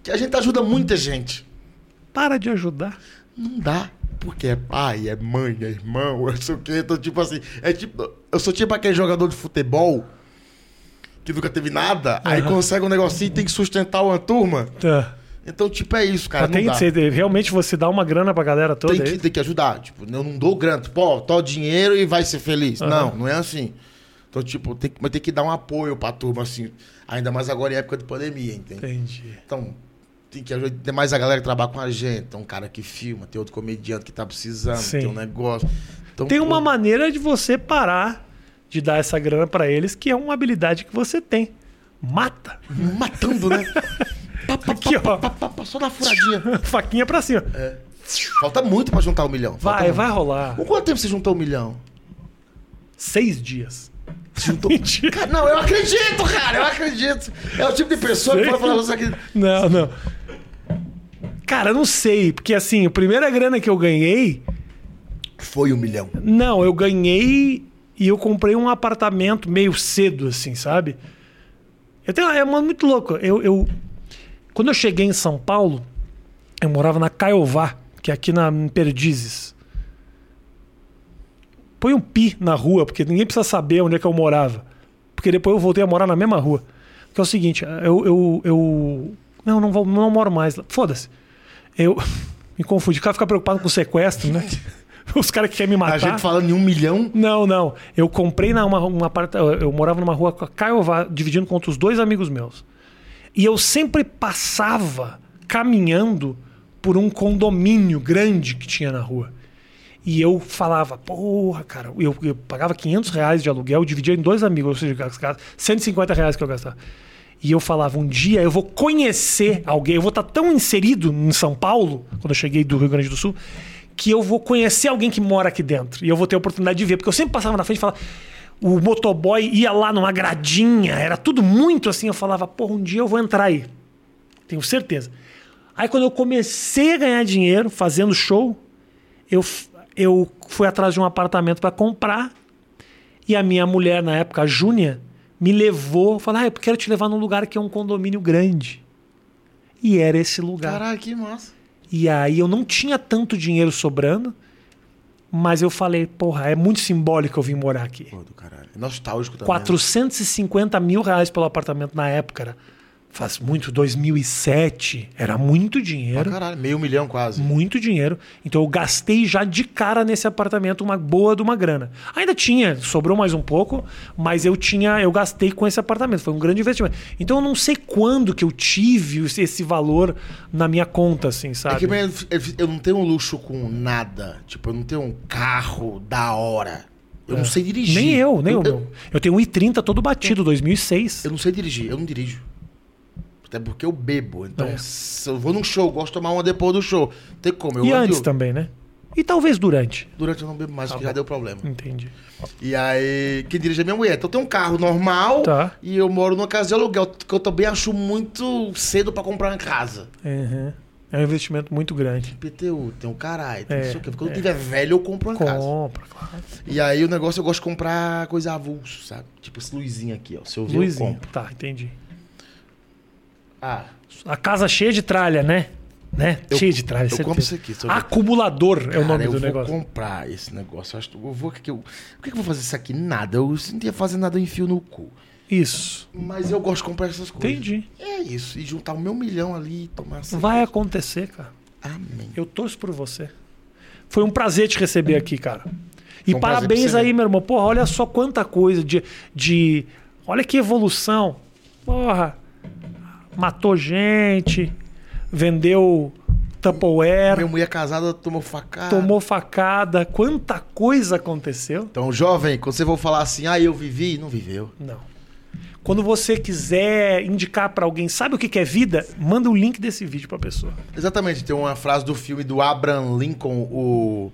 S2: Que a gente ajuda muita gente.
S1: Para de ajudar.
S2: Não dá. Porque é pai, é mãe, é irmão, eu sei o quê. Então, tipo assim, é tipo. Eu sou tipo aquele jogador de futebol que nunca teve nada, aí
S1: Aham.
S2: consegue um negocinho e tem que sustentar uma turma.
S1: Tá.
S2: Então, tipo, é isso, cara.
S1: tem
S2: não
S1: que
S2: dá.
S1: ser- realmente você dá uma grana pra galera toda é
S2: tem que,
S1: aí.
S2: tem que ajudar. Tipo, eu não dou grana. Tipo, ó, tô dinheiro e vai ser feliz. Não, não é assim. Então, tipo, tem, que- mas tem que dar um apoio pra turma, assim. Ainda mais agora em época de pandemia, entende?
S1: Entendi.
S2: Então, tem que ajudar. Tem mais a galera que trabalha com a gente. Tem um cara que filma, tem outro comediante que tá precisando,
S1: Sim.
S2: tem um negócio. Então,
S1: Tem
S2: pô,
S1: uma maneira de você parar de dar essa grana pra eles, que é uma habilidade que você tem. Mata.
S2: Matando, né? Pá, pá,
S1: Aqui,
S2: pá,
S1: ó.
S2: pá, pá, pá, só na furadinha.
S1: Faquinha pra cima.
S2: É. Falta muito pra juntar um milhão. Falta
S1: Vai,
S2: muito.
S1: vai rolar.
S2: Com quanto tempo você juntou um milhão?
S1: Seis dias.
S2: Você juntou...
S1: Mentira.
S2: Cara, não, eu acredito, cara, eu acredito. É o tipo de pessoa que
S1: Sei.
S2: fala pra você que...
S1: Não, não. Cara, eu não sei, porque assim, a primeira grana que eu ganhei,
S2: Foi um milhão.
S1: não, eu ganhei e eu comprei um apartamento meio cedo, assim, sabe? Eu tenho, é mano, muito louco. Eu, eu- quando eu cheguei em São Paulo, eu morava na Caiová, que é aqui na em Perdizes. Põe um pi na rua, porque ninguém precisa saber onde é que eu morava. Porque depois eu voltei a morar na mesma rua. Porque é o seguinte, eu. eu, eu não, não, vou, não moro mais lá. Foda-se. Eu me confundi. O cara fica preocupado com sequestro, né? Os caras que querem me matar.
S2: A gente falando em um milhão,
S1: Não, não. Eu comprei na uma, uma parte. Eu morava numa rua com a Caiová, dividindo com outros dois amigos meus. E eu sempre passava caminhando por um condomínio grande que tinha na rua. E eu falava, porra, cara, eu, eu pagava 500 reais de aluguel, dividia em dois amigos, ou seja, gasto- gasto- 150 reais que eu gastava. E eu falava, um dia eu vou conhecer alguém, eu vou estar tão inserido em São Paulo, quando eu cheguei do Rio Grande do Sul, que eu vou conhecer alguém que mora aqui dentro. E eu vou ter a oportunidade de ver, porque eu sempre passava na frente e falava. O motoboy ia lá numa gradinha, era tudo muito assim. Eu falava, porra, um dia eu vou entrar aí. Tenho certeza. Aí quando eu comecei a ganhar dinheiro fazendo show, eu, f- eu fui atrás de um apartamento para comprar. E a minha mulher, na época, a Júnia, me levou. Falou, ah, eu quero te levar num lugar que é um condomínio grande. E era esse lugar.
S2: caralho, que massa.
S1: E aí eu não tinha tanto dinheiro sobrando, mas eu falei, porra, é muito simbólico eu vir morar aqui.
S2: Pô, do caralho. É nostálgico também.
S1: 450 mil reais pelo apartamento na época, era, faz muito, 2007, era muito
S2: Pra
S1: dinheiro.
S2: caralho, meio milhão quase.
S1: Muito dinheiro. Então eu gastei já de cara nesse apartamento uma boa de uma grana. Ainda tinha, sobrou mais um pouco, mas eu tinha, eu gastei com esse apartamento. Foi um grande investimento. Então eu não sei quando que eu tive esse- esse valor na minha conta, assim, sabe?
S2: É que eu- eu não tenho luxo com nada. Tipo, eu não tenho um carro da hora. Eu não sei dirigir.
S1: É. Nem eu, nem eu.
S2: Eu, É.
S1: meu. Eu tenho um i30 todo batido, 2006.
S2: eu não sei dirigir, eu não dirijo. Até porque eu bebo. Então,
S1: É.
S2: se eu vou num show, eu gosto de tomar uma depois do show. Tem como. Eu
S1: e
S2: ando-
S1: antes Tá também, né? E talvez durante.
S2: Durante eu não bebo mais, porque já deu problema.
S1: Entendi.
S2: E aí, quem dirige é minha mulher. Então tem um carro normal
S1: Tá.
S2: e eu moro numa casa de aluguel, que eu também acho muito cedo pra comprar uma casa.
S1: Uhum. É um investimento muito grande.
S2: PTU, tem um caralho, tem
S1: É,
S2: não sei o quê. Porque quando
S1: é.
S2: eu tiver velho, eu compro uma casa.
S1: Compra, claro.
S2: E aí o negócio eu gosto de comprar coisa avulso, sabe? Tipo esse luzinho aqui, ó. Se eu ver, eu
S1: Luizinho.
S2: compro.
S1: Tá, entendi.
S2: Ah,
S1: A casa cheia de tralha, né? Né?
S2: Eu-
S1: cheia de tralha.
S2: eu
S1: certeza.
S2: compro isso aqui, se eu ver.
S1: Acumulador é o
S2: cara,
S1: nome
S2: eu
S1: do
S2: vou
S1: negócio.
S2: comprar esse negócio. Eu acho que eu vou... O que, que eu, por que, que eu vou fazer isso aqui? Nada. Eu se não ia fazer nada, eu enfio no cu.
S1: Isso.
S2: Mas eu gosto de comprar essas coisas.
S1: Entendi.
S2: É isso. E juntar o meu milhão ali e tomar... essa-
S1: Vai acontecer, cara.
S2: Amém.
S1: Eu torço por você. Foi um prazer te receber aqui, cara. E
S2: Foi um prazer pra
S1: parabéns
S2: você
S1: aí,
S2: mesmo.
S1: meu irmão. Porra, olha só quanta coisa de, de. Olha que evolução. Porra. Matou gente, vendeu Tupperware,
S2: Minha mulher casada tomou facada.
S1: tomou facada. Quanta coisa aconteceu.
S2: Então, jovem, quando você for falar assim, ah, eu vivi, não viveu.
S1: Não. Quando você quiser indicar pra alguém, sabe o que que é vida? Manda o link desse vídeo pra pessoa.
S2: Exatamente, tem uma frase do filme do Abraham Lincoln, o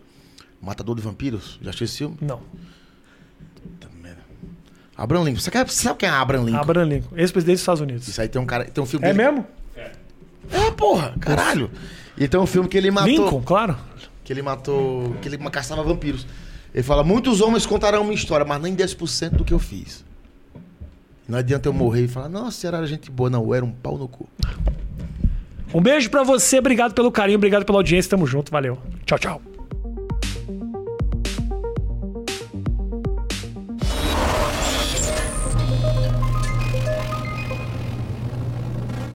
S2: Matador de Vampiros. Já assistiu esse filme?
S1: Não.
S2: Puta merda. Abraham Lincoln. Você, quer, você sabe quem é Abraham Lincoln?
S1: Abraham Lincoln, ex-presidente dos Estados Unidos.
S2: Isso aí tem um cara. Tem um filme
S1: É
S2: dele-
S1: mesmo?
S2: É, porra, caralho. E tem um filme que ele matou.
S1: Lincoln, claro.
S2: Que ele matou. Que ele caçava vampiros. Ele fala: muitos homens contarão uma história, mas nem 10% do que eu fiz. Não adianta eu morrer e falar, nossa, era gente boa, não, eu era um pau no cu.
S1: Um beijo pra você, obrigado pelo carinho, obrigado pela audiência, tamo junto, valeu. Tchau, tchau.